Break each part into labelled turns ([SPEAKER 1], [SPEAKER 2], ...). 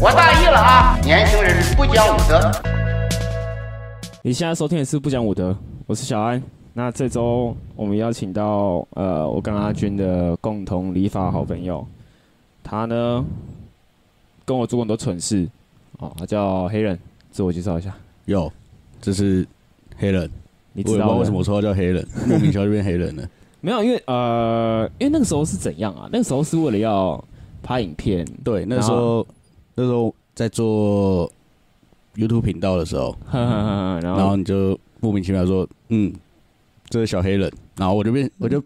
[SPEAKER 1] 我大意了啊！年轻人不讲武德。
[SPEAKER 2] 你现在收听的是《不讲武德》，我是小安。那这周我们邀请到呃，我跟阿军的共同理发好朋友，他呢跟我做过很多蠢事哦，他叫黑人，自我介绍一下，
[SPEAKER 3] 有，这是黑人，
[SPEAKER 2] 你
[SPEAKER 3] 我
[SPEAKER 2] 知
[SPEAKER 3] 也不知道
[SPEAKER 2] 道
[SPEAKER 3] 为什
[SPEAKER 2] 的
[SPEAKER 3] 么我说他叫黑人，莫名其妙就变黑人 了。
[SPEAKER 2] 没有？因为呃，因为那个时候是怎样啊？那个时候是为了要拍影片，
[SPEAKER 3] 对，那
[SPEAKER 2] 然
[SPEAKER 3] 时
[SPEAKER 2] 后
[SPEAKER 3] 候那时候在做 YouTube 频道的时候，
[SPEAKER 2] 呵呵呵呵然
[SPEAKER 3] 然
[SPEAKER 2] 后
[SPEAKER 3] 后你就莫名其妙说，嗯，这是小黑人，然后我就
[SPEAKER 2] 嗯
[SPEAKER 3] 变，我就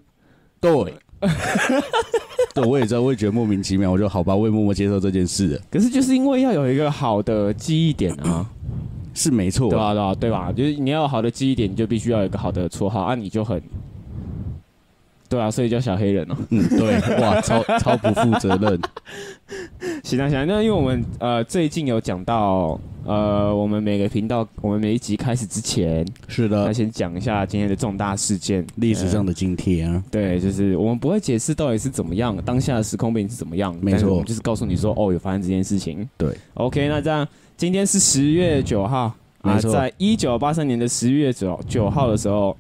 [SPEAKER 3] 对，对，我也知道，我也觉得莫名其妙，我就好吧，我也默默接受这件事了，
[SPEAKER 2] 可是就是因为要有一个好的记忆点啊，
[SPEAKER 3] 是没
[SPEAKER 2] 对，
[SPEAKER 3] 错啊
[SPEAKER 2] 吧？对吧？对吧？就是你要有好的记忆点，你就必须要有一个好的绰号啊，你就 很。对啊，所以叫小黑人哦、
[SPEAKER 3] 嗯，对，哇，超超不负责任，
[SPEAKER 2] 行啊行啊，那因为我们呃最近有讲到呃我们每个频道我们每一集开始之前，
[SPEAKER 3] 是
[SPEAKER 2] 那、
[SPEAKER 3] 的，
[SPEAKER 2] 先讲一下今天的重大事件，
[SPEAKER 3] 历史上的今天啊，
[SPEAKER 2] 对，就是我们不会解释到底是怎么样，当下的时空背景是怎么样，
[SPEAKER 3] 没错
[SPEAKER 2] 但是我们就是告诉你说哦有发生这件事情。
[SPEAKER 3] 对
[SPEAKER 2] ，OK，那这样今天是十月九号啊，
[SPEAKER 3] 没错
[SPEAKER 2] 在一九八三年的十月九九号的时候，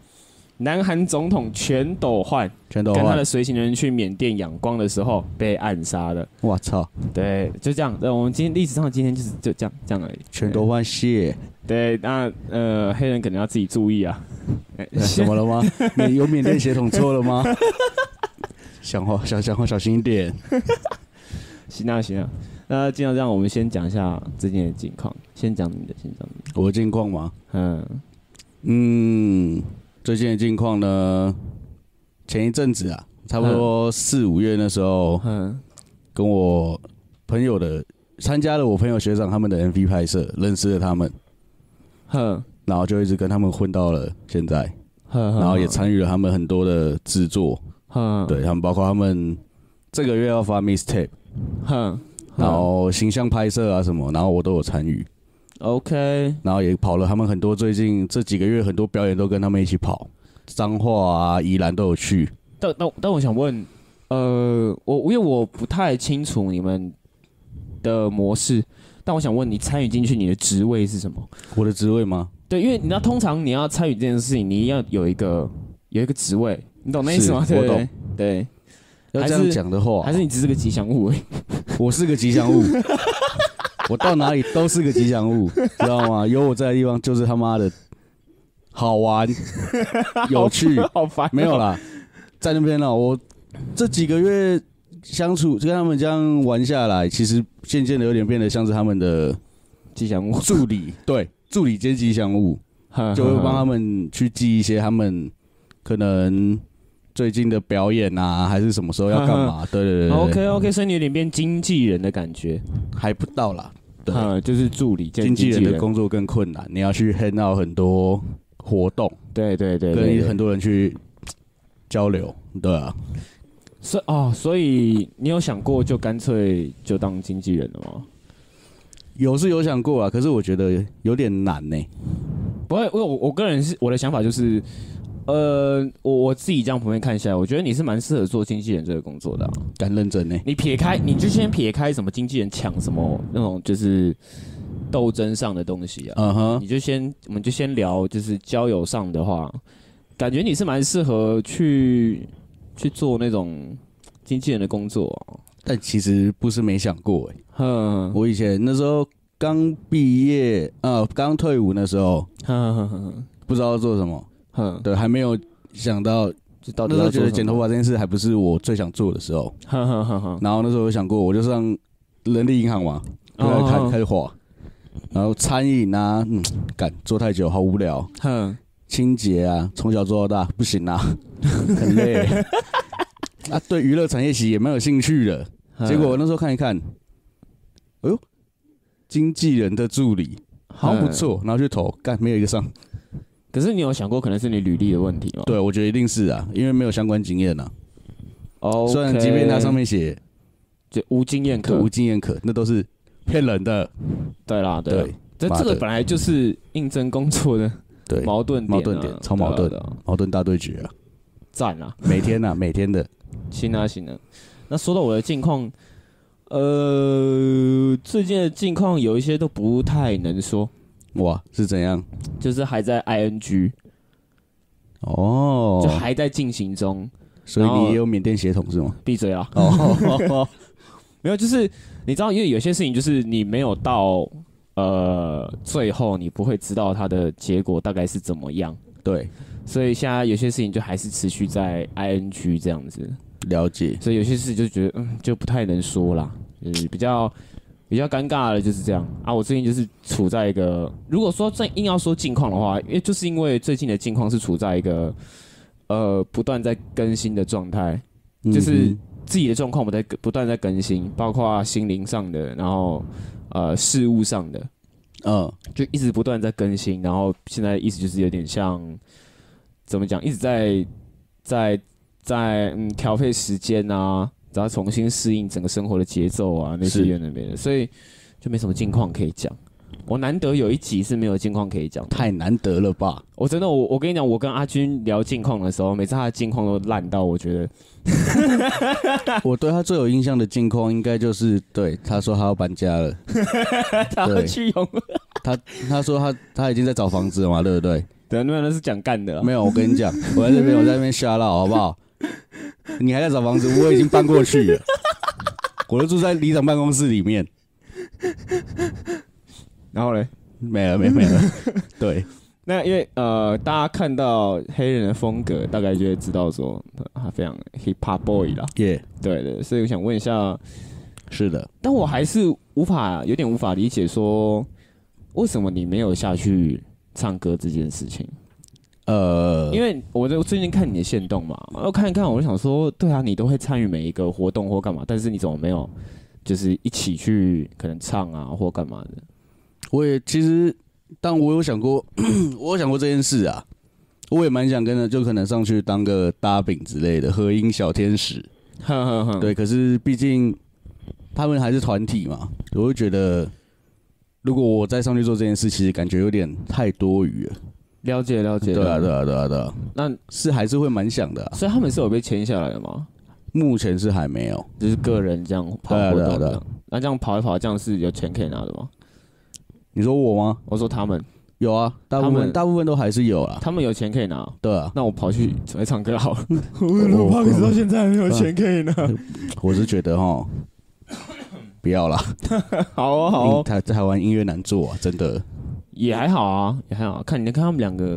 [SPEAKER 2] 南韩总统全斗焕
[SPEAKER 3] 全都
[SPEAKER 2] 跟他
[SPEAKER 3] 换
[SPEAKER 2] 的，随行人去缅甸仰光的时候被暗杀了。
[SPEAKER 3] 我操，
[SPEAKER 2] 对，就这样。那我们今天历史上今天就是就这样这样而已。
[SPEAKER 3] 全都换谢。
[SPEAKER 2] 对，那呃，黑人可能要自己注意 啊。
[SPEAKER 3] 哎怎么了吗？你有缅甸血统错了吗？讲话小讲话小心一点。
[SPEAKER 2] 行啊，行啊。那尽量让我们先讲一下最近的近况，先讲你的，先讲你的。
[SPEAKER 3] 我的近况吗？
[SPEAKER 2] 嗯，
[SPEAKER 3] 嗯，最近的近况呢？前一阵子啊，差不多四五月那时候，
[SPEAKER 2] 嗯
[SPEAKER 3] 跟我朋友的参加了我朋友学长他们的 MV 拍摄，认识了他们，
[SPEAKER 2] 哼
[SPEAKER 3] 然后就一直跟他们混到了现在，
[SPEAKER 2] 哼，
[SPEAKER 3] 然后也参与了他们很多的制作，
[SPEAKER 2] 哼，
[SPEAKER 3] 对他们包括他们这个月要发 mixtape，
[SPEAKER 2] 哼，
[SPEAKER 3] 然后形象拍摄啊什么，然后我都有参与。
[SPEAKER 2] OK，
[SPEAKER 3] 然后也跑了他们很多最近这几个月很多表演都跟他们一起跑，彰化啊、宜兰都有去。
[SPEAKER 2] 但但但我想问，呃，我因为我不太清楚你们的模式，但我想问你参与进去，你的职位是什么？
[SPEAKER 3] 我的职位吗？
[SPEAKER 2] 对，因为你知道，通常你要参与这件事情，你一定要有一个有一个职位，你懂那意思吗？
[SPEAKER 3] 是
[SPEAKER 2] 对
[SPEAKER 3] 我懂。
[SPEAKER 2] 对，
[SPEAKER 3] 要
[SPEAKER 2] 还
[SPEAKER 3] 这
[SPEAKER 2] 是
[SPEAKER 3] 样讲的话，
[SPEAKER 2] 还是你只是个吉祥 物而已。
[SPEAKER 3] 我是个吉 祥物，我到哪里都是个吉祥物，知道吗？有我在的地方就是他妈的 好玩、有趣，
[SPEAKER 2] 好烦哦、
[SPEAKER 3] 没有啦，在那边呢、我这几个月相处跟他们这样玩下来，其实渐渐的有点变得像是他们的
[SPEAKER 2] 吉祥物，
[SPEAKER 3] 助理，对，助理兼吉祥物。
[SPEAKER 2] 啊
[SPEAKER 3] 就会帮他们去记一些他们可能最近的表演啊，还是什么时候要干 嘛？对对对对
[SPEAKER 2] OK OK，所以你有点变经纪人的感觉，
[SPEAKER 3] 还不到啦。对，
[SPEAKER 2] 嗯，就是助理兼
[SPEAKER 3] 经纪
[SPEAKER 2] 纪
[SPEAKER 3] 人的
[SPEAKER 2] 人，
[SPEAKER 3] 工作更困难，你要去 handle 很多活动，
[SPEAKER 2] 对对对对
[SPEAKER 3] 跟
[SPEAKER 2] 对
[SPEAKER 3] 很多人去交流。对啊，
[SPEAKER 2] 所以哦，所以你有想过就干脆就当经纪人了吗？
[SPEAKER 3] 有是有想过啊，可是我觉得有点难呢、
[SPEAKER 2] 不会，我我我个人是我的想法就是，呃，我我自己这样普遍看下来，我觉得你是蛮适合做经纪人这个工作的啊、
[SPEAKER 3] 敢认真呢、
[SPEAKER 2] 你撇开，你就先撇开什么经纪人抢什么那种就是斗争上的东西啊，
[SPEAKER 3] 嗯哼，
[SPEAKER 2] 你就先我们就先聊就是交友上的话，感觉你是蛮适合去去做那种经纪人的工作、啊。
[SPEAKER 3] 但其实不是没想过、欸。
[SPEAKER 2] 哼，
[SPEAKER 3] 我以前那时候刚毕业，呃，刚退伍那时候，
[SPEAKER 2] 哼哼哼
[SPEAKER 3] 不知道做什么，
[SPEAKER 2] 哼，
[SPEAKER 3] 对，还没有想到
[SPEAKER 2] 就到底
[SPEAKER 3] 那时
[SPEAKER 2] 要
[SPEAKER 3] 候觉
[SPEAKER 2] 做
[SPEAKER 3] 得
[SPEAKER 2] 什
[SPEAKER 3] 剪
[SPEAKER 2] 么嗯
[SPEAKER 3] 头发这件事还不是我最想做的时候，
[SPEAKER 2] 哼哼哼 哼，
[SPEAKER 3] 然后那时候有想过，我就上人力银行嘛，就在
[SPEAKER 2] 哦
[SPEAKER 3] 开开始画，然后餐饮啊，嗯，干做太久好无聊，
[SPEAKER 2] 哼，
[SPEAKER 3] 清洁啊，从小做到大不 行啊，很累。啊，对娱乐产业其实也蛮有兴趣的，
[SPEAKER 2] 哼
[SPEAKER 3] 结果我那时候看一看，哎呦，经纪人的助理
[SPEAKER 2] 嗯
[SPEAKER 3] 好像不。
[SPEAKER 2] 哼
[SPEAKER 3] 错，然后去投，干没有一个上，
[SPEAKER 2] 可是你有想过可能是你履历的问题吗？
[SPEAKER 3] 对我觉得一定是啊，因为没有相关经验啊，
[SPEAKER 2] 哦，
[SPEAKER 3] 虽然即便它上面写
[SPEAKER 2] 就无经验
[SPEAKER 3] 可
[SPEAKER 2] 可
[SPEAKER 3] 无经验可，那都是骗人的。
[SPEAKER 2] 对啦，对啦
[SPEAKER 3] 对，啊
[SPEAKER 2] 这
[SPEAKER 3] 妈
[SPEAKER 2] 这个
[SPEAKER 3] 的
[SPEAKER 2] 本来就是应征工作的
[SPEAKER 3] 对，
[SPEAKER 2] 矛盾
[SPEAKER 3] 矛
[SPEAKER 2] 啊
[SPEAKER 3] 盾点超矛
[SPEAKER 2] 对啊
[SPEAKER 3] 盾
[SPEAKER 2] 对啊
[SPEAKER 3] 矛盾大对 决啊，
[SPEAKER 2] 赞啦，
[SPEAKER 3] 每天啊，每天的，
[SPEAKER 2] 行啊行啊。那说到我的近况，呃，最近的近况有一些都不太能说，
[SPEAKER 3] 哇，是怎样？
[SPEAKER 2] 就是还在 ing，
[SPEAKER 3] 哦
[SPEAKER 2] 就，还在进行中。
[SPEAKER 3] 所以
[SPEAKER 2] 然后
[SPEAKER 3] 你也有缅甸血统是吗？
[SPEAKER 2] 闭嘴啊！
[SPEAKER 3] 哦，
[SPEAKER 2] 没有，就是你知道，因为有些事情就是你没有到呃最后，你不会知道它的结果大概是怎么样，
[SPEAKER 3] 对，
[SPEAKER 2] 所以现在有些事情就还是持续在 ing 这样子，
[SPEAKER 3] 了解。
[SPEAKER 2] 所以有些事就觉得嗯就不太能说啦，就是比较比较尴尬的就是这样啊。我最近就是处在一个，如果说最硬要说近况的话，因为就是因为最近的近况是处在一个呃不断在更新的状态，就是
[SPEAKER 3] 嗯
[SPEAKER 2] 自己的状况我们在更不断在更新，包括心灵上的，然后呃事物上的，
[SPEAKER 3] 哼嗯，
[SPEAKER 2] 就一直不断在更新。然后现在意思就是有点像怎么讲，一直在在在嗯调配时间啊，然后重新适应整个生活的节奏啊那些
[SPEAKER 3] 是
[SPEAKER 2] 有的没的，所以就没什么近况可以讲。我难得有一集是没有近况可以讲的，
[SPEAKER 3] 太难得了吧？
[SPEAKER 2] 我真的我我跟你讲，我跟阿军聊近况的时候，每次他的近况都烂到我觉得
[SPEAKER 3] 我对他最有印象的近况，应该就是对他说他要搬家 了。
[SPEAKER 2] 他要
[SPEAKER 3] 对
[SPEAKER 2] 去用
[SPEAKER 3] 他他说他他已经在找房子了嘛，对不对？
[SPEAKER 2] 对，那那是讲干的啦。
[SPEAKER 3] 没有，我跟你 讲，我在那边我在那边瞎闹，好不好？你还在找房子，我已经搬过去 了，我都住在里长办公室里面。
[SPEAKER 2] 然后嘞，
[SPEAKER 3] 没了，没了，没了。对，
[SPEAKER 2] 那因为呃，大家看到黑人的风格，大概就会知道说呃他非常 hip hop boy 啦。
[SPEAKER 3] 耶、
[SPEAKER 2] 对对，所以我想问一下，
[SPEAKER 3] 是的，
[SPEAKER 2] 但我还是无法有点无法理解说，为什么你没有下去唱歌这件事情？
[SPEAKER 3] 呃，
[SPEAKER 2] 因为我在最近看你的线动嘛，然后看一看，我就想说，对啊，你都会参与每一个活动或干嘛，但是你怎么没有就是一起去可能唱啊或干嘛的？
[SPEAKER 3] 我也其实，但我有想过， 我有想过这件事啊，我也蛮想跟着，就可能上去当个搭饼之类的，合音小天使。
[SPEAKER 2] 哼哼 哼，，
[SPEAKER 3] 对，可是毕竟他们还是团体嘛，我会觉得，如果我再上去做这件事，其实感觉有点太多余了。
[SPEAKER 2] 了解了解。
[SPEAKER 3] 对啊，对啊，对啊，对啊，
[SPEAKER 2] 那
[SPEAKER 3] 是还是会蛮想的啊、
[SPEAKER 2] 所以他们是有被签下来的吗？
[SPEAKER 3] 目前是还没有，
[SPEAKER 2] 就是个人这样跑
[SPEAKER 3] 对啊
[SPEAKER 2] 活
[SPEAKER 3] 对啊
[SPEAKER 2] 动这
[SPEAKER 3] 对
[SPEAKER 2] 样，那这样跑一跑，这样是有钱可以拿的吗？
[SPEAKER 3] 你说我吗？
[SPEAKER 2] 我说他们，
[SPEAKER 3] 有啊，大部
[SPEAKER 2] 他
[SPEAKER 3] 分
[SPEAKER 2] 们
[SPEAKER 3] 大部分都还是有啊。
[SPEAKER 2] 他们有钱可以拿，
[SPEAKER 3] 对啊，
[SPEAKER 2] 那我跑去准备唱歌好了。 我
[SPEAKER 3] 录 podcast 到
[SPEAKER 2] 现在还没有
[SPEAKER 3] 钱
[SPEAKER 2] 可以拿，
[SPEAKER 3] 我是觉得 哈，不要啦，
[SPEAKER 2] 好哦好
[SPEAKER 3] 因为
[SPEAKER 2] 哦，
[SPEAKER 3] 台台湾音乐难做啊，真的。
[SPEAKER 2] 也还好啊，也还好。看你看他们两个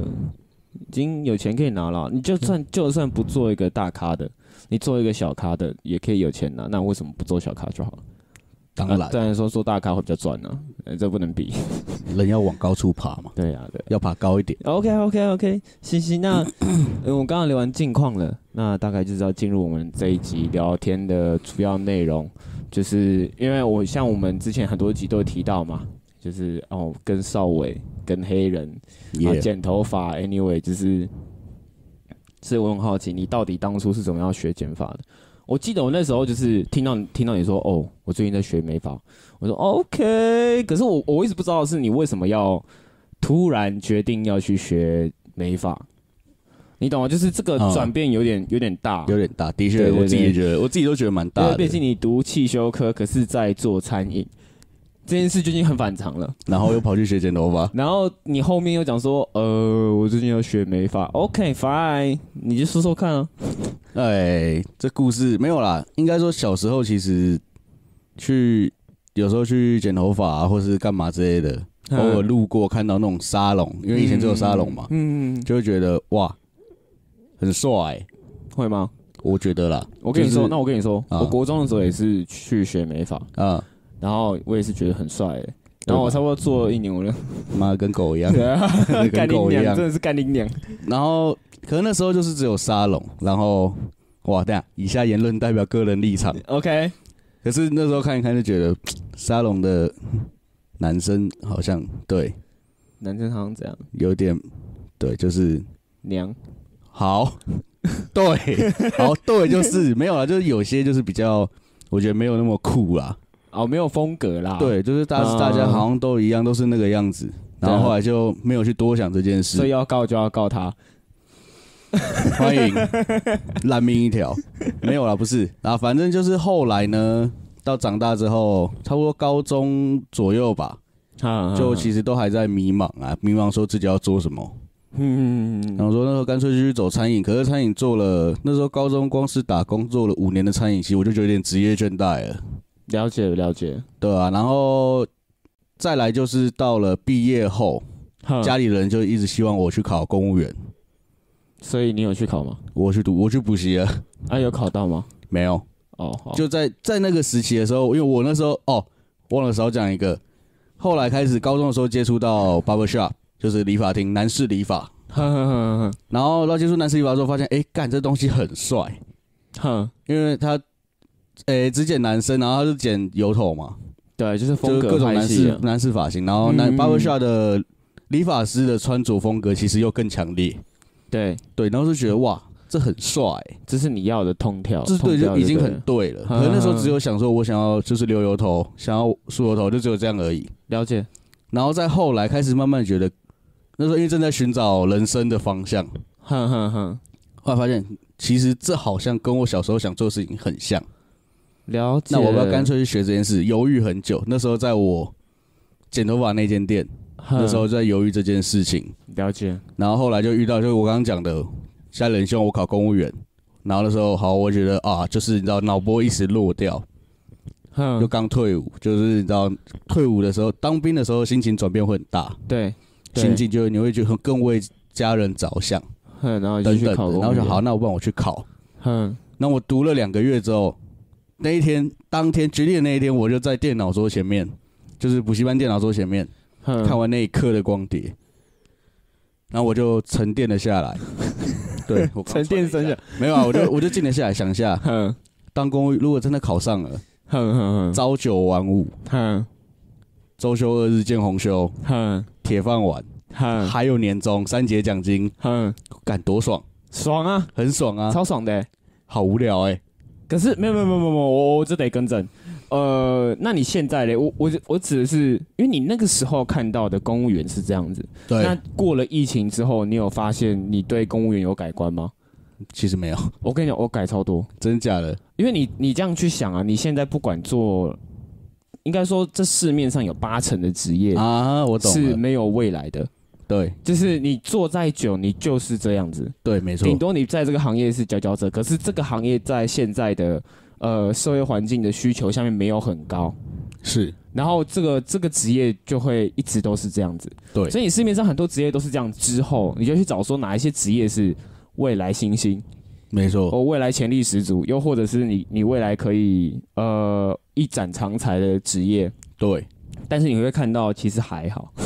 [SPEAKER 2] 已经有钱可以拿了，你就算就算不做一个大咖的，你做一个小咖的也可以有钱拿，那为什么不做小咖就好了？
[SPEAKER 3] 当
[SPEAKER 2] 那
[SPEAKER 3] 然，
[SPEAKER 2] 当然说做大咖会比较赚呢，呃这不能比。
[SPEAKER 3] 人要往高处爬嘛，
[SPEAKER 2] 对啊，对。
[SPEAKER 3] 要爬高一点。
[SPEAKER 2] OK OK OK，行行，那呃我们刚刚聊完近况了，那大概就是要进入我们这一集聊天的主要内容，就是因为我像我们之前很多集都有提到嘛，就是哦跟少伟、跟黑人啊
[SPEAKER 3] 也
[SPEAKER 2] 剪头发，anyway 就是，所以我很好奇你到底当初是怎么样学剪发的？我记得我那时候就是听到听到你说哦，我最近在学美发，我说 OK，可是我我一直不知道是你为什么要突然决定要去学美发，你懂吗？就是这个
[SPEAKER 3] 嗯
[SPEAKER 2] 转变有点、有点大，
[SPEAKER 3] 有点大，的
[SPEAKER 2] 对
[SPEAKER 3] 确，
[SPEAKER 2] 对
[SPEAKER 3] 我自己
[SPEAKER 2] 对
[SPEAKER 3] 也觉得，我自己都觉得蛮
[SPEAKER 2] 因
[SPEAKER 3] 大
[SPEAKER 2] 为
[SPEAKER 3] 的
[SPEAKER 2] 毕。竟你读汽修科，可是在做餐饮，这件事就已经很反常了。
[SPEAKER 3] 然后又跑去学剪头发，
[SPEAKER 2] 然后你后面又讲说，呃，我最近要学美发，OK fine，你就说说看啊。
[SPEAKER 3] 哎，这故事没有啦，应该说小时候其实去有时候去剪头发、啊、或是干嘛之类的，偶尔路过看到那种沙龙，因为以前只有沙龙嘛，
[SPEAKER 2] 嗯，嗯，
[SPEAKER 3] 就会觉得哇很帅、
[SPEAKER 2] 会吗？
[SPEAKER 3] 我觉得啦，
[SPEAKER 2] 我跟你
[SPEAKER 3] 就是
[SPEAKER 2] 说，那我跟你说，
[SPEAKER 3] 啊
[SPEAKER 2] 我国中的时候也是去学美发，
[SPEAKER 3] 啊，
[SPEAKER 2] 然后我也是觉得很帅、欸，然后我差不多做了一年，我 就。
[SPEAKER 3] 妈跟狗一样
[SPEAKER 2] 干
[SPEAKER 3] 跟
[SPEAKER 2] 你
[SPEAKER 3] 狗一
[SPEAKER 2] 娘，
[SPEAKER 3] 样
[SPEAKER 2] 真的 是干你娘。
[SPEAKER 3] 然后可能那时候就是只有沙龙，然后哇，这样以下言论代表个人立场，
[SPEAKER 2] OK，
[SPEAKER 3] 可是那时候看一看就觉得嗯沙龙的男生好像对。
[SPEAKER 2] 男生好像这样，
[SPEAKER 3] 有点，对，就是
[SPEAKER 2] 娘，
[SPEAKER 3] 好，对，好，对，就是没有啦，就是有些就是比较，我觉得没有那么酷啦。
[SPEAKER 2] 哦，没有风格啦。，
[SPEAKER 3] 对，就是大、
[SPEAKER 2] 啊
[SPEAKER 3] 大家好像都一样，都是那个样子。
[SPEAKER 2] 对
[SPEAKER 3] 然
[SPEAKER 2] 啊
[SPEAKER 3] 后后来就没有去多想这件
[SPEAKER 2] 所以
[SPEAKER 3] 事。
[SPEAKER 2] 要告就要告他。
[SPEAKER 3] 欢迎烂命一条，没有啦，不是啊，反正就是后来呢，到长大之后，差不多高中左右吧，
[SPEAKER 2] 啊，
[SPEAKER 3] 就其实都还在迷茫啊，迷茫说自己要做什么。
[SPEAKER 2] 嗯嗯嗯
[SPEAKER 3] 然
[SPEAKER 2] 嗯
[SPEAKER 3] 后说那时候干脆就去走餐饮，可是餐饮做了，那时候高中光是打工做了五年的餐饮，其实我就觉得有点职业倦怠了，
[SPEAKER 2] 了解了解，
[SPEAKER 3] 对啊，然后再来就是到了毕业后，
[SPEAKER 2] 哈
[SPEAKER 3] 家里人就一直希望我去考公务员，
[SPEAKER 2] 所以你有去考吗？
[SPEAKER 3] 我去读，我去补习了，
[SPEAKER 2] 啊，有考到吗？
[SPEAKER 3] 没有。
[SPEAKER 2] 哦，好
[SPEAKER 3] 就 在在那个时期的时候，因为我那时候哦，忘了少讲一个，后来开始高中的时候接触到 barber shop，就是理发厅，男士理发。
[SPEAKER 2] 哼哼哼
[SPEAKER 3] 然后到接触男士理发之后，发现哎，干这东西很帅，
[SPEAKER 2] 哼哼，
[SPEAKER 3] 因为他，诶只剪男生，然后他是剪油头嘛，
[SPEAKER 2] 对，就是
[SPEAKER 3] 就
[SPEAKER 2] 风
[SPEAKER 3] 是
[SPEAKER 2] 格
[SPEAKER 3] 各种
[SPEAKER 2] 派
[SPEAKER 3] 男
[SPEAKER 2] 系啊
[SPEAKER 3] 士
[SPEAKER 2] 的
[SPEAKER 3] 男士发型，然后男
[SPEAKER 2] 嗯
[SPEAKER 3] barber shop 的理发师的穿着风格其实又更强烈，
[SPEAKER 2] 对，
[SPEAKER 3] 对，然后就觉得哇，这很帅、
[SPEAKER 2] 这是你要的通调，
[SPEAKER 3] 这
[SPEAKER 2] 通
[SPEAKER 3] 对
[SPEAKER 2] 哦调
[SPEAKER 3] 就已经
[SPEAKER 2] 对
[SPEAKER 3] 很
[SPEAKER 2] 了
[SPEAKER 3] 对了。
[SPEAKER 2] 嗯
[SPEAKER 3] 可是那时候只有想说，我想要就是留油头，想要梳油头，就只有这样而已。
[SPEAKER 2] 了解，
[SPEAKER 3] 然后再后来开始慢慢觉得，那时候因为正在寻找人生的方向，
[SPEAKER 2] 哼哼哼，
[SPEAKER 3] 后来发现其实这好像跟我小时候想做的事情很像。
[SPEAKER 2] 了解。
[SPEAKER 3] 那我要不要干脆去学这件事？犹豫很久。那时候在我剪头发那间店，
[SPEAKER 2] 哼
[SPEAKER 3] 那时候在犹豫这件事情。
[SPEAKER 2] 了解，
[SPEAKER 3] 然后后来就遇到，就是我刚刚讲的，夏仁兄，我考公务员。然后那时候好，我觉得啊，就是你知道，脑波一时落掉，就
[SPEAKER 2] 哼，
[SPEAKER 3] 刚退伍，就是你知道退伍的时候，当兵的时候心情转变会很大，
[SPEAKER 2] 对，对
[SPEAKER 3] 心，境就是你会觉得更为家人着想
[SPEAKER 2] 哼，然后就
[SPEAKER 3] 等
[SPEAKER 2] 去
[SPEAKER 3] 等
[SPEAKER 2] 考
[SPEAKER 3] 的，
[SPEAKER 2] 公务
[SPEAKER 3] 然后就
[SPEAKER 2] 员
[SPEAKER 3] 好，，那我帮我去考。
[SPEAKER 2] 哼，
[SPEAKER 3] 那我读了两个月之后，那一天当天决定的那一天，我就在电脑桌前面，就是补习班电脑桌前面
[SPEAKER 2] 哼，
[SPEAKER 3] 看完那一刻的光碟，然后我就沉淀了 下来。对，我刚
[SPEAKER 2] 沉淀
[SPEAKER 3] 喘
[SPEAKER 2] 声
[SPEAKER 3] 了一
[SPEAKER 2] 响
[SPEAKER 3] 下，没有啊，我就我就静了下来，想 一下，
[SPEAKER 2] 哼
[SPEAKER 3] 当公务如果真的考上了，
[SPEAKER 2] 哼哼哼
[SPEAKER 3] 朝九晚五，
[SPEAKER 2] 哼
[SPEAKER 3] 周休二日见红休，
[SPEAKER 2] 哼
[SPEAKER 3] 铁饭碗，
[SPEAKER 2] 哼
[SPEAKER 3] 还有年终三节奖金，
[SPEAKER 2] 哼，
[SPEAKER 3] 干多爽，
[SPEAKER 2] 爽啊，
[SPEAKER 3] 很爽啊！
[SPEAKER 2] 超爽的欸。
[SPEAKER 3] 好无聊哎、
[SPEAKER 2] 可是没有没有没有没有，我我这得更正。呃，那你现在嘞？我我我指的是，因为你那个时候看到的公务员是这样子。那
[SPEAKER 3] 对，
[SPEAKER 2] 过了疫情之后，你有发现你对公务员有改观吗？
[SPEAKER 3] 其实没有，
[SPEAKER 2] 我跟你讲，我改超多。
[SPEAKER 3] 真假的，
[SPEAKER 2] 因为你你这样去想啊，你现在不管做，应该说这市面上有八成的职业
[SPEAKER 3] 啊，我懂
[SPEAKER 2] 是
[SPEAKER 3] 了，
[SPEAKER 2] 没有未来的，
[SPEAKER 3] 对
[SPEAKER 2] 就是你做再久，你就是这样子。
[SPEAKER 3] 对，没错
[SPEAKER 2] 顶，多你在这个行业是佼佼者，可是这个行业在现在的呃社会环境的需求下面没有很高，
[SPEAKER 3] 是
[SPEAKER 2] 然后这个这个职业就会一直都是这样子。
[SPEAKER 3] 对
[SPEAKER 2] 所以你市面上很多职业都是这样，之后你就去找说哪一些职业是未来新兴，
[SPEAKER 3] 没错，
[SPEAKER 2] 或未来潜力十足，又或者是你你未来可以呃一展长才的职业，
[SPEAKER 3] 对，
[SPEAKER 2] 但是你会看到其实还好。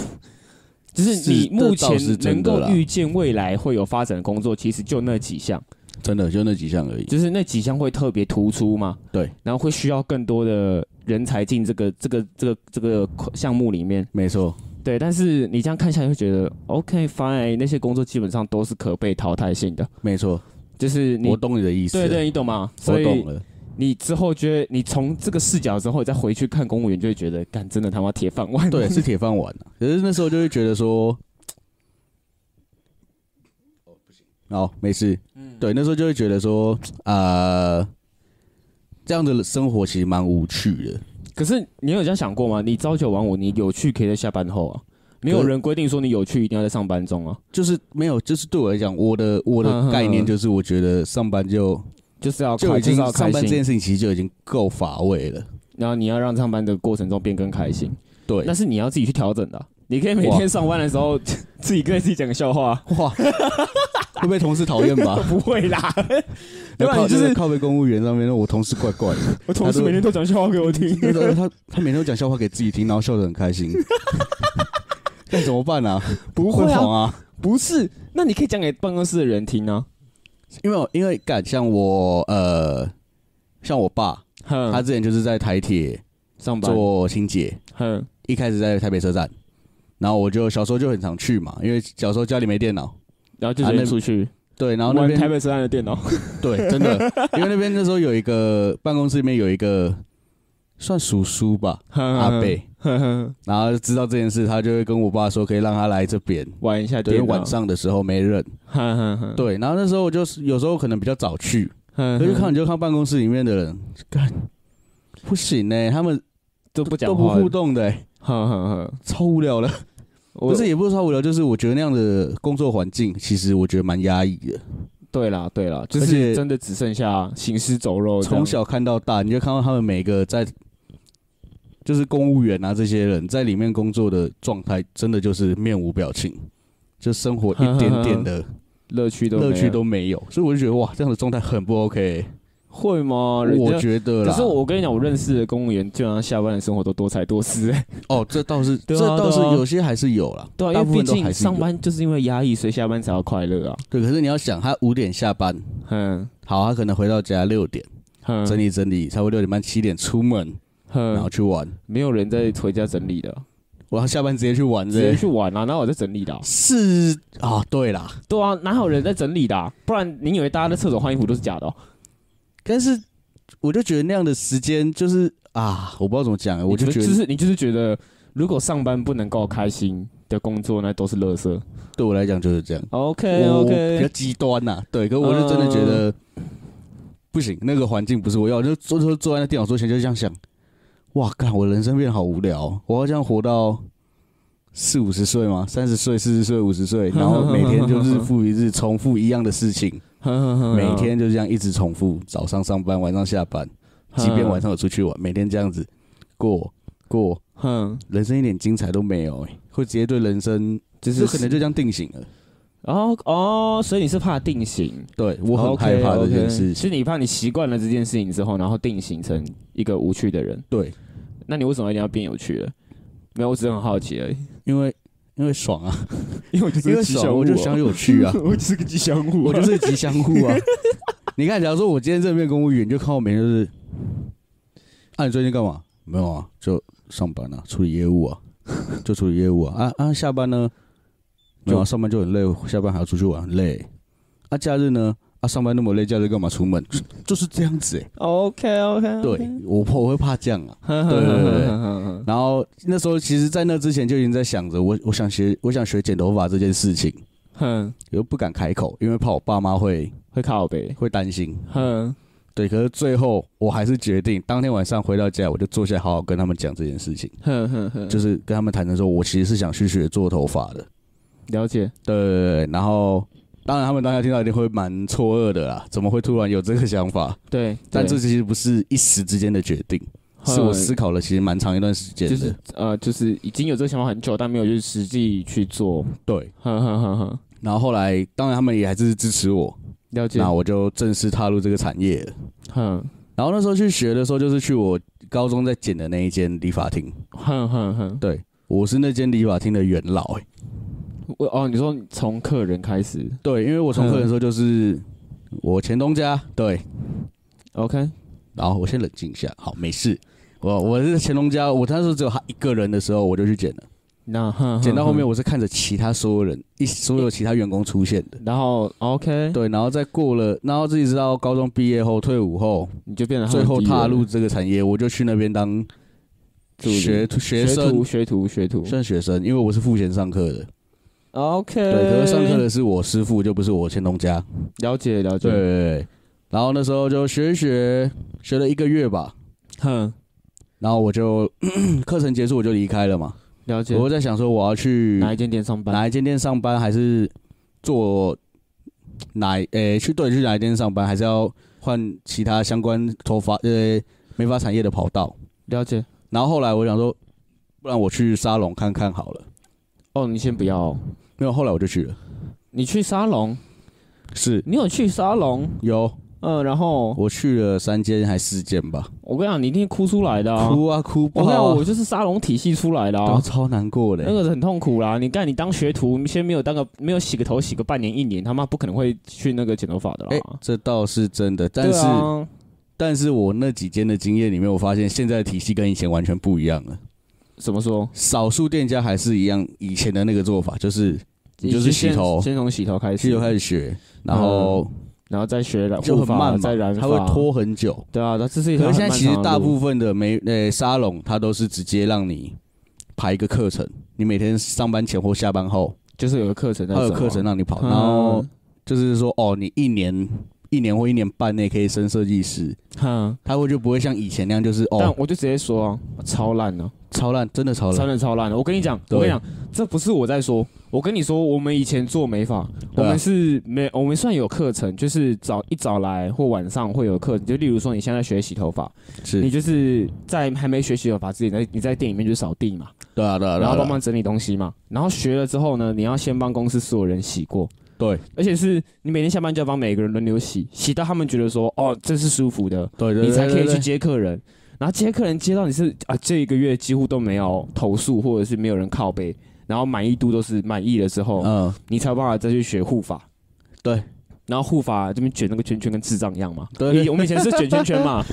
[SPEAKER 2] 就是
[SPEAKER 3] 是
[SPEAKER 2] 你目
[SPEAKER 3] 这倒是
[SPEAKER 2] 前能
[SPEAKER 3] 真的
[SPEAKER 2] 够
[SPEAKER 3] 啦
[SPEAKER 2] 预见未来会有发展的工作，其实就那几项。
[SPEAKER 3] 真的就那几项而已，
[SPEAKER 2] 就是那几项会特别突出嘛，
[SPEAKER 3] 对，
[SPEAKER 2] 然后会需要更多的人才进这个这个这个这个项目里面，
[SPEAKER 3] 没错，
[SPEAKER 2] 对。但是你这样看下来，会觉得 OK fine，那些工作基本上都是可被淘汰性的，
[SPEAKER 3] 没错，
[SPEAKER 2] 就是你
[SPEAKER 3] 我懂你的意思，
[SPEAKER 2] 对对，你懂吗？所
[SPEAKER 3] 我
[SPEAKER 2] 以
[SPEAKER 3] 懂了，
[SPEAKER 2] 你之后觉得你从这个视角之后，再回去看公务员，就会觉得干真的他妈铁饭碗，
[SPEAKER 3] 对，是铁饭碗、啊， 可是那时候就会觉得说，哦，没事，
[SPEAKER 2] 嗯
[SPEAKER 3] 对，那时候就会觉得说，呃，这样的生活其实蛮无趣的，
[SPEAKER 2] 可是你有这样想过吗？你朝九晚五，你有去可以在下班后啊，没有
[SPEAKER 3] 可是
[SPEAKER 2] 人规定说你有去一定要在上班中啊，
[SPEAKER 3] 就是没有，就是对我来讲，我的我
[SPEAKER 2] 嗯嗯嗯
[SPEAKER 3] 的概念就是，我觉得上班就
[SPEAKER 2] 就是要
[SPEAKER 3] 就
[SPEAKER 2] 开
[SPEAKER 3] 已经
[SPEAKER 2] 就是要
[SPEAKER 3] 上
[SPEAKER 2] 开
[SPEAKER 3] 班这
[SPEAKER 2] 心
[SPEAKER 3] 件，事情，其实就已经够乏味了。
[SPEAKER 2] 然后你要让上班的过程中变更开心，
[SPEAKER 3] 对
[SPEAKER 2] 那，是你要自己去调整的啊、你可以每天上班的时候 自己跟自己讲个笑话，啊
[SPEAKER 3] 哇，会被同事讨厌 吧？
[SPEAKER 2] 不会啦，对吧？
[SPEAKER 3] 靠
[SPEAKER 2] 你就
[SPEAKER 3] 在
[SPEAKER 2] 是
[SPEAKER 3] 靠背公务员上面，那我同事怪 怪的，
[SPEAKER 2] 我同事每天都讲笑话给我听，
[SPEAKER 3] 那时候他他每天都讲笑话给自己听，然后笑得很开心。 那怎么办啊？
[SPEAKER 2] 不
[SPEAKER 3] 会
[SPEAKER 2] 会
[SPEAKER 3] 红
[SPEAKER 2] 啊，
[SPEAKER 3] 啊！
[SPEAKER 2] 不是？那你可以讲给办公室的人听啊，
[SPEAKER 3] 因为我因为敢像我呃，像我爸，
[SPEAKER 2] 哼，
[SPEAKER 3] 他之前就是在台铁
[SPEAKER 2] 上班，
[SPEAKER 3] 做清洁，
[SPEAKER 2] 哼，
[SPEAKER 3] 一开始在台北车站，然后我就小时候就很常去嘛，因为小时候家里没电脑，
[SPEAKER 2] 然后就直
[SPEAKER 3] 啊
[SPEAKER 2] 接
[SPEAKER 3] 那
[SPEAKER 2] 出去
[SPEAKER 3] 对，然后那
[SPEAKER 2] 玩台
[SPEAKER 3] 边
[SPEAKER 2] 北车站的电脑，
[SPEAKER 3] 对，真的，因为那边那时候有一个办公室里面有一个算叔叔吧，阿
[SPEAKER 2] 阿
[SPEAKER 3] 贝，
[SPEAKER 2] 哼哼
[SPEAKER 3] 然后知道这件事，他就会跟我爸说可以让他来这边，
[SPEAKER 2] 玩一下
[SPEAKER 3] 对，
[SPEAKER 2] 电
[SPEAKER 3] 因
[SPEAKER 2] 脑，
[SPEAKER 3] 为晚，上的时候没人，
[SPEAKER 2] 哼哼哼，
[SPEAKER 3] 对，然后那时候我就是有时候可能比较早去，
[SPEAKER 2] 嗯哼，
[SPEAKER 3] 可
[SPEAKER 2] 可
[SPEAKER 3] 是看你就看办公室里面的人，干不行呢、他们
[SPEAKER 2] 都不讲
[SPEAKER 3] 都不
[SPEAKER 2] 话，
[SPEAKER 3] 互动的、欸，
[SPEAKER 2] 哼哼哼，
[SPEAKER 3] 超无聊的。
[SPEAKER 2] 我
[SPEAKER 3] 不是，也不是超无聊，就是我觉得那样的工作环境，其实我觉得蛮压抑的。
[SPEAKER 2] 对啦对啦，就
[SPEAKER 3] 而且
[SPEAKER 2] 是真的只剩下行尸走肉这样，
[SPEAKER 3] 从小看到大，你就看到他们每个在，就是公务员啊这些人在里面工作的状态，真的就是面无表情，就生活一点点的
[SPEAKER 2] 乐趣都没
[SPEAKER 3] 乐趣
[SPEAKER 2] 了
[SPEAKER 3] 都没有，所以我就觉得哇，这样的状态很不 OK、
[SPEAKER 2] 会吗？哦人
[SPEAKER 3] 我
[SPEAKER 2] 家
[SPEAKER 3] 觉得
[SPEAKER 2] 可
[SPEAKER 3] 啦，
[SPEAKER 2] 是我跟你讲，我认识的公务员，基本上下班的生活都多才多姿、欸。
[SPEAKER 3] 哦，这倒是、
[SPEAKER 2] 对啊
[SPEAKER 3] 这倒是
[SPEAKER 2] 对啊
[SPEAKER 3] 有些还是有啦，
[SPEAKER 2] 对啊，
[SPEAKER 3] 大
[SPEAKER 2] 因
[SPEAKER 3] 部
[SPEAKER 2] 为
[SPEAKER 3] 分
[SPEAKER 2] 毕
[SPEAKER 3] 都还
[SPEAKER 2] 竟
[SPEAKER 3] 是有
[SPEAKER 2] 上班就是因为压抑，所以下班才要快乐啊。
[SPEAKER 3] 对。可是你要想，他五点下班，
[SPEAKER 2] 哼
[SPEAKER 3] 好，他可能回到家六点，
[SPEAKER 2] 哼，
[SPEAKER 3] 整理整理，差不多六点半七点出门，
[SPEAKER 2] 嗯
[SPEAKER 3] 然后
[SPEAKER 2] 哼，
[SPEAKER 3] 去玩。
[SPEAKER 2] 没有人在回家整理的，
[SPEAKER 3] 我要下班直接去玩
[SPEAKER 2] 直接
[SPEAKER 3] 这
[SPEAKER 2] 去玩啊。然后我在整理的啊、
[SPEAKER 3] 是啊，对啦，
[SPEAKER 2] 对啊，哪有人在整理的啊、不然你以为大家在厕所换衣服都是假的、哦？
[SPEAKER 3] 但是我就觉得那样的时间就是啊，我不知道怎么讲欸，我就
[SPEAKER 2] 你
[SPEAKER 3] 觉
[SPEAKER 2] 就
[SPEAKER 3] 得
[SPEAKER 2] 是你就是觉得，如果上班不能够开心的工作，那都是垃圾。
[SPEAKER 3] 对我来讲就是这样，
[SPEAKER 2] OK
[SPEAKER 3] 我比较
[SPEAKER 2] OK，
[SPEAKER 3] 极端呐，对，可我就真的觉得不行，那个环境不是我要，我就坐坐坐在那电脑桌前就这样想，哇，干，我人生变得好无聊哦，我要这样活到。四五十岁吗？三十岁、四十岁、五十岁，然后每天就日复一日，重复一样的事情，
[SPEAKER 2] 啊
[SPEAKER 3] 每天就这样一直重复，早上上班，晚上下班，即便晚
[SPEAKER 2] 上，
[SPEAKER 3] 上有出去玩，每天这样子过过，
[SPEAKER 2] 哼，
[SPEAKER 3] 人生一点精彩都没有、欸，会直接对人生
[SPEAKER 2] 就是
[SPEAKER 3] 就可能就这样定型了。
[SPEAKER 2] 哦哦，所以你是怕定型。
[SPEAKER 3] 对我很害怕这件事
[SPEAKER 2] o k
[SPEAKER 3] 情。
[SPEAKER 2] 是你怕你习惯了这件事情之后，然后定型成一个无趣的人。
[SPEAKER 3] 对，
[SPEAKER 2] 那你为什么一定要变有趣了？没有，我只是很好奇而已。
[SPEAKER 3] 因为因为爽啊，
[SPEAKER 2] 因为我就
[SPEAKER 3] 因为爽 我就想有趣啊，
[SPEAKER 2] 我就是个吉祥物
[SPEAKER 3] 我就是吉祥物 啊。你看，假如说我今天这边公务员，你就看我每天就是，啊，你最近干嘛？没有啊，就上班啊，处理业务啊， 就处理业务啊。啊啊，下班呢？没有、啊，上班就很累，下班还要出去玩，很累。啊，假日呢？啊，上班那么累，假日干嘛出门？就就是这样子、欸。
[SPEAKER 2] OK OK，
[SPEAKER 3] 对，我怕我会怕这样啊。
[SPEAKER 2] 对
[SPEAKER 3] 对对对
[SPEAKER 2] 对，
[SPEAKER 3] 然后那时候，其实，在那之前就已经在想着我，我想学，我想学剪头发这件事情，
[SPEAKER 2] 哼，
[SPEAKER 3] 又不敢开口，因为怕我爸妈会
[SPEAKER 2] 会靠背，
[SPEAKER 3] 会担心。
[SPEAKER 2] 哼，
[SPEAKER 3] 对，可是最后我还是决定，当天晚上回到家，我就坐下来好好跟他们讲这件事情，
[SPEAKER 2] 哼哼哼，
[SPEAKER 3] 就是跟他们谈成说，我其实是想去学做头发的。
[SPEAKER 2] 了解，
[SPEAKER 3] 对对对对，然后当然他们当下听到一定会蛮错愕的啦，怎么会突然有这个想法？
[SPEAKER 2] 对，
[SPEAKER 3] 但这
[SPEAKER 2] 对
[SPEAKER 3] 其实不是一时之间的决定，是我思考了其实蛮长一段时间
[SPEAKER 2] 就
[SPEAKER 3] 的。
[SPEAKER 2] 是呃，就是已经有这个想法很久，但没有就是实际去做。
[SPEAKER 3] 对，
[SPEAKER 2] 哼哼哼哼，
[SPEAKER 3] 然后后来当然他们也还是支持我，
[SPEAKER 2] 了解
[SPEAKER 3] 那。我就正式踏入这个产业了。
[SPEAKER 2] 哼
[SPEAKER 3] 然后那时候去学的时候，就是去我高中在剪的那一间理发厅。
[SPEAKER 2] 哼哼哼，
[SPEAKER 3] 对，我是那间理发厅的元老、欸。
[SPEAKER 2] 我哦，你说你从客人开始
[SPEAKER 3] 对，因为我从客人的时候就是我前东家。对，
[SPEAKER 2] ，OK，
[SPEAKER 3] 然后我先冷静一下，好，没事。我我是前东家，我那时候只有他一个人的时候，我就去剪了。
[SPEAKER 2] 那哼哼
[SPEAKER 3] 剪到后面，
[SPEAKER 2] 哼
[SPEAKER 3] 我是看着其他所有人一所有其他员工出现的。
[SPEAKER 2] 然后 OK，
[SPEAKER 3] 对，然后再过了，然后自己知道高中毕业后退伍后，
[SPEAKER 2] 你就变成他
[SPEAKER 3] 最
[SPEAKER 2] 们
[SPEAKER 3] 后
[SPEAKER 2] 敌人
[SPEAKER 3] 踏入这个产业，我就去那边当
[SPEAKER 2] 助理
[SPEAKER 3] 学徒
[SPEAKER 2] 学
[SPEAKER 3] 学生
[SPEAKER 2] 徒，学徒学徒
[SPEAKER 3] 算学生，因为我是付钱上课的。
[SPEAKER 2] ，OK，
[SPEAKER 3] 对，可是上课的是我师傅，就不是我前东家。
[SPEAKER 2] 了解了
[SPEAKER 3] 对
[SPEAKER 2] 解，
[SPEAKER 3] 然后那时候就学一学，学了一个月吧，
[SPEAKER 2] 哼，
[SPEAKER 3] 然后我就 课程结束我就离开了嘛。
[SPEAKER 2] 了解
[SPEAKER 3] 我，在想说我要
[SPEAKER 2] 嗯
[SPEAKER 3] 去
[SPEAKER 2] 哪一间店上班？
[SPEAKER 3] 哪一间店上班，还是做哪一诶、去对去哪一间上班，还是要换其他相关头发呃美发产业的跑道。
[SPEAKER 2] 了解，
[SPEAKER 3] 然后后来我想说，不然我去沙龙看看好了。
[SPEAKER 2] 哦，你先不要哦，
[SPEAKER 3] 没有，后来我就去了。
[SPEAKER 2] 你去沙龙，
[SPEAKER 3] 是
[SPEAKER 2] 你有去沙龙？
[SPEAKER 3] 有，
[SPEAKER 2] 嗯，然后
[SPEAKER 3] 我去了三间还四间吧，
[SPEAKER 2] 我跟你讲，你一定哭出来的啊！
[SPEAKER 3] 哭啊哭爆
[SPEAKER 2] 我跟你讲，
[SPEAKER 3] 啊，
[SPEAKER 2] 我就是沙龙体系出来的
[SPEAKER 3] 然后
[SPEAKER 2] 啊。
[SPEAKER 3] 超难过的、
[SPEAKER 2] 那个很痛苦啦！你看，你当学徒，先没有当个没有洗个头，洗个半年一年，他妈不可能会去那个剪头发的啦。
[SPEAKER 3] 哎、这倒是真的，但
[SPEAKER 2] 哦对
[SPEAKER 3] 是、
[SPEAKER 2] 啊、
[SPEAKER 3] 但是我那几间的经验里面，我发现现在的体系跟以前完全不一样了。
[SPEAKER 2] 怎么说？
[SPEAKER 3] 少数店家还是一样以前的那个做法，就是你就是洗头
[SPEAKER 2] 先先从洗头开始，
[SPEAKER 3] 去就开始学，然后
[SPEAKER 2] 然后再学染
[SPEAKER 3] 就
[SPEAKER 2] 护
[SPEAKER 3] 很
[SPEAKER 2] 发
[SPEAKER 3] 慢嘛
[SPEAKER 2] 再染，
[SPEAKER 3] 它会
[SPEAKER 2] 发。
[SPEAKER 3] 拖很久。
[SPEAKER 2] 对啊，那这是一
[SPEAKER 3] 可
[SPEAKER 2] 条
[SPEAKER 3] 是
[SPEAKER 2] 很
[SPEAKER 3] 现在其实
[SPEAKER 2] 漫长的
[SPEAKER 3] 大
[SPEAKER 2] 路
[SPEAKER 3] 部分的美呃沙龙，它都是直接让你排一个课程，你每天上班前或下班后，
[SPEAKER 2] 就是有个课程在
[SPEAKER 3] 它有
[SPEAKER 2] 走啊
[SPEAKER 3] 课程，让你跑，
[SPEAKER 2] 嗯
[SPEAKER 3] 然后就是说哦，你一年一年或一年半内可以升设计师，
[SPEAKER 2] 哼，
[SPEAKER 3] 他会就不会像以前那样，就是
[SPEAKER 2] 但
[SPEAKER 3] 哦，
[SPEAKER 2] 我就直接说啊，超烂了，
[SPEAKER 3] 超烂，真的超
[SPEAKER 2] 真
[SPEAKER 3] 烂，
[SPEAKER 2] 的超烂了。我跟你讲，我
[SPEAKER 3] 对
[SPEAKER 2] 跟你讲，这不是我在说，我跟你说，我们以前做美发，我
[SPEAKER 3] 对啊
[SPEAKER 2] 们是没，我们算有课程，就是早一早来或晚上会有课程，就例如说你现在学洗头发，你
[SPEAKER 3] 是，
[SPEAKER 2] 就是在还没学洗头发之前，你在你在店里面就扫地嘛，
[SPEAKER 3] 对啊，对啊，对
[SPEAKER 2] 然
[SPEAKER 3] 啊
[SPEAKER 2] 后
[SPEAKER 3] 对
[SPEAKER 2] 帮
[SPEAKER 3] 啊，
[SPEAKER 2] 忙整理东西嘛，然后学了之后呢，你要先帮公司所有人洗过，
[SPEAKER 3] 对，
[SPEAKER 2] 而且是你每天下班就要帮每个人轮流洗，洗到他们觉得说，哦，这是舒服的，
[SPEAKER 3] 对对，
[SPEAKER 2] 你才可以
[SPEAKER 3] 对
[SPEAKER 2] 去，接客人。然后接客人接到你是啊，这一个月几乎都没有投诉，或者是没有人靠背，然后满意度都是满意了之
[SPEAKER 3] 对
[SPEAKER 2] 后，
[SPEAKER 3] 嗯，
[SPEAKER 2] 你才有办法再去学护法。
[SPEAKER 3] 对，
[SPEAKER 2] 然后护法这边卷那个圈圈跟智障一样嘛。
[SPEAKER 3] 对对
[SPEAKER 2] 以我们以前是卷圈圈 嘛。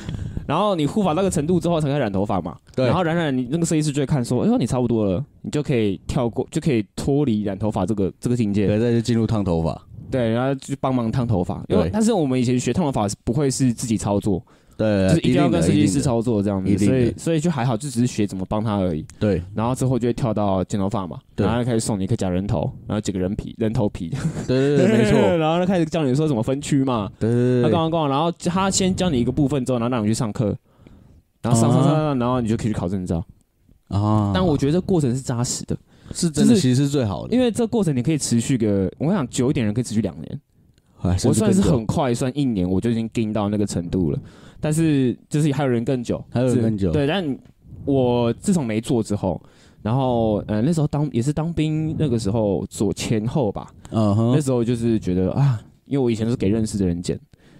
[SPEAKER 2] 然后你护法那个程度之后，才开始染头发嘛。
[SPEAKER 3] 对
[SPEAKER 2] 然后染染，你那个设计师就会看说，哎呦，你差不多了，你就可以跳过， 就可以脱离染头发这个这个境界。
[SPEAKER 3] 对，再就进入烫头发，
[SPEAKER 2] 对，然后就帮忙烫头发。因为
[SPEAKER 3] 对
[SPEAKER 2] 但是我们以前学烫头发是不会是自己操作，
[SPEAKER 3] 对，
[SPEAKER 2] 就
[SPEAKER 3] 对
[SPEAKER 2] 是一定要跟
[SPEAKER 3] 的
[SPEAKER 2] 设计
[SPEAKER 3] 呃定
[SPEAKER 2] 师
[SPEAKER 3] 的
[SPEAKER 2] 操作这样
[SPEAKER 3] 一
[SPEAKER 2] 子，
[SPEAKER 3] 定
[SPEAKER 2] 所
[SPEAKER 3] 的
[SPEAKER 2] 以所以就还好，就只是学怎么帮他而已。
[SPEAKER 3] 对，
[SPEAKER 2] 然后之后就会跳到剪头发嘛，
[SPEAKER 3] 对
[SPEAKER 2] 然后开始送你一个假人头，然后几个人皮人头皮，
[SPEAKER 3] 对对对，没错，
[SPEAKER 2] 然后就开始教你说怎么分区嘛，
[SPEAKER 3] 对对
[SPEAKER 2] 他
[SPEAKER 3] 对
[SPEAKER 2] 刚刚
[SPEAKER 3] 对，
[SPEAKER 2] 刚，然后他先教你一个部分之后，然后让你去上课。然后上上上上上，然后你就可以去考证照。
[SPEAKER 3] 啊，
[SPEAKER 2] 但我觉得这过程是扎实的，
[SPEAKER 3] 是真的
[SPEAKER 2] 就是
[SPEAKER 3] 其实是最好的，
[SPEAKER 2] 因为这过程你可以持续个，我想久一点人可以持续两年。
[SPEAKER 3] 哎
[SPEAKER 2] 我算是，
[SPEAKER 3] 甚至更
[SPEAKER 2] 很
[SPEAKER 3] 久
[SPEAKER 2] 快，算一年我就已经盯到那个程度了。但是就是还有人更久，
[SPEAKER 3] 还有人
[SPEAKER 2] 是
[SPEAKER 3] 更久
[SPEAKER 2] 对，但我自从没做之后，然后呃那时候当也是当兵那个时候左前后吧，
[SPEAKER 3] 嗯
[SPEAKER 2] 那
[SPEAKER 3] 哼，
[SPEAKER 2] 时候就是觉得啊，因为我以前都是给认识的人剪，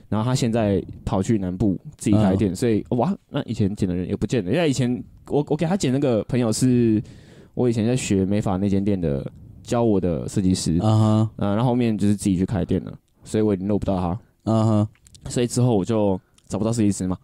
[SPEAKER 2] 然后他现在跑去南部自己开
[SPEAKER 3] 嗯
[SPEAKER 2] 店，所以哦哇，那以前剪的人也不见了，因为以前我我给他剪那个朋友是我以前在学美发那间店的教我的设计师，
[SPEAKER 3] 啊哈，
[SPEAKER 2] 嗯、然后后面就是自己去开店了，所以我联络不到他，
[SPEAKER 3] 啊哈，
[SPEAKER 2] 所以之后我就找不到设计师嘛，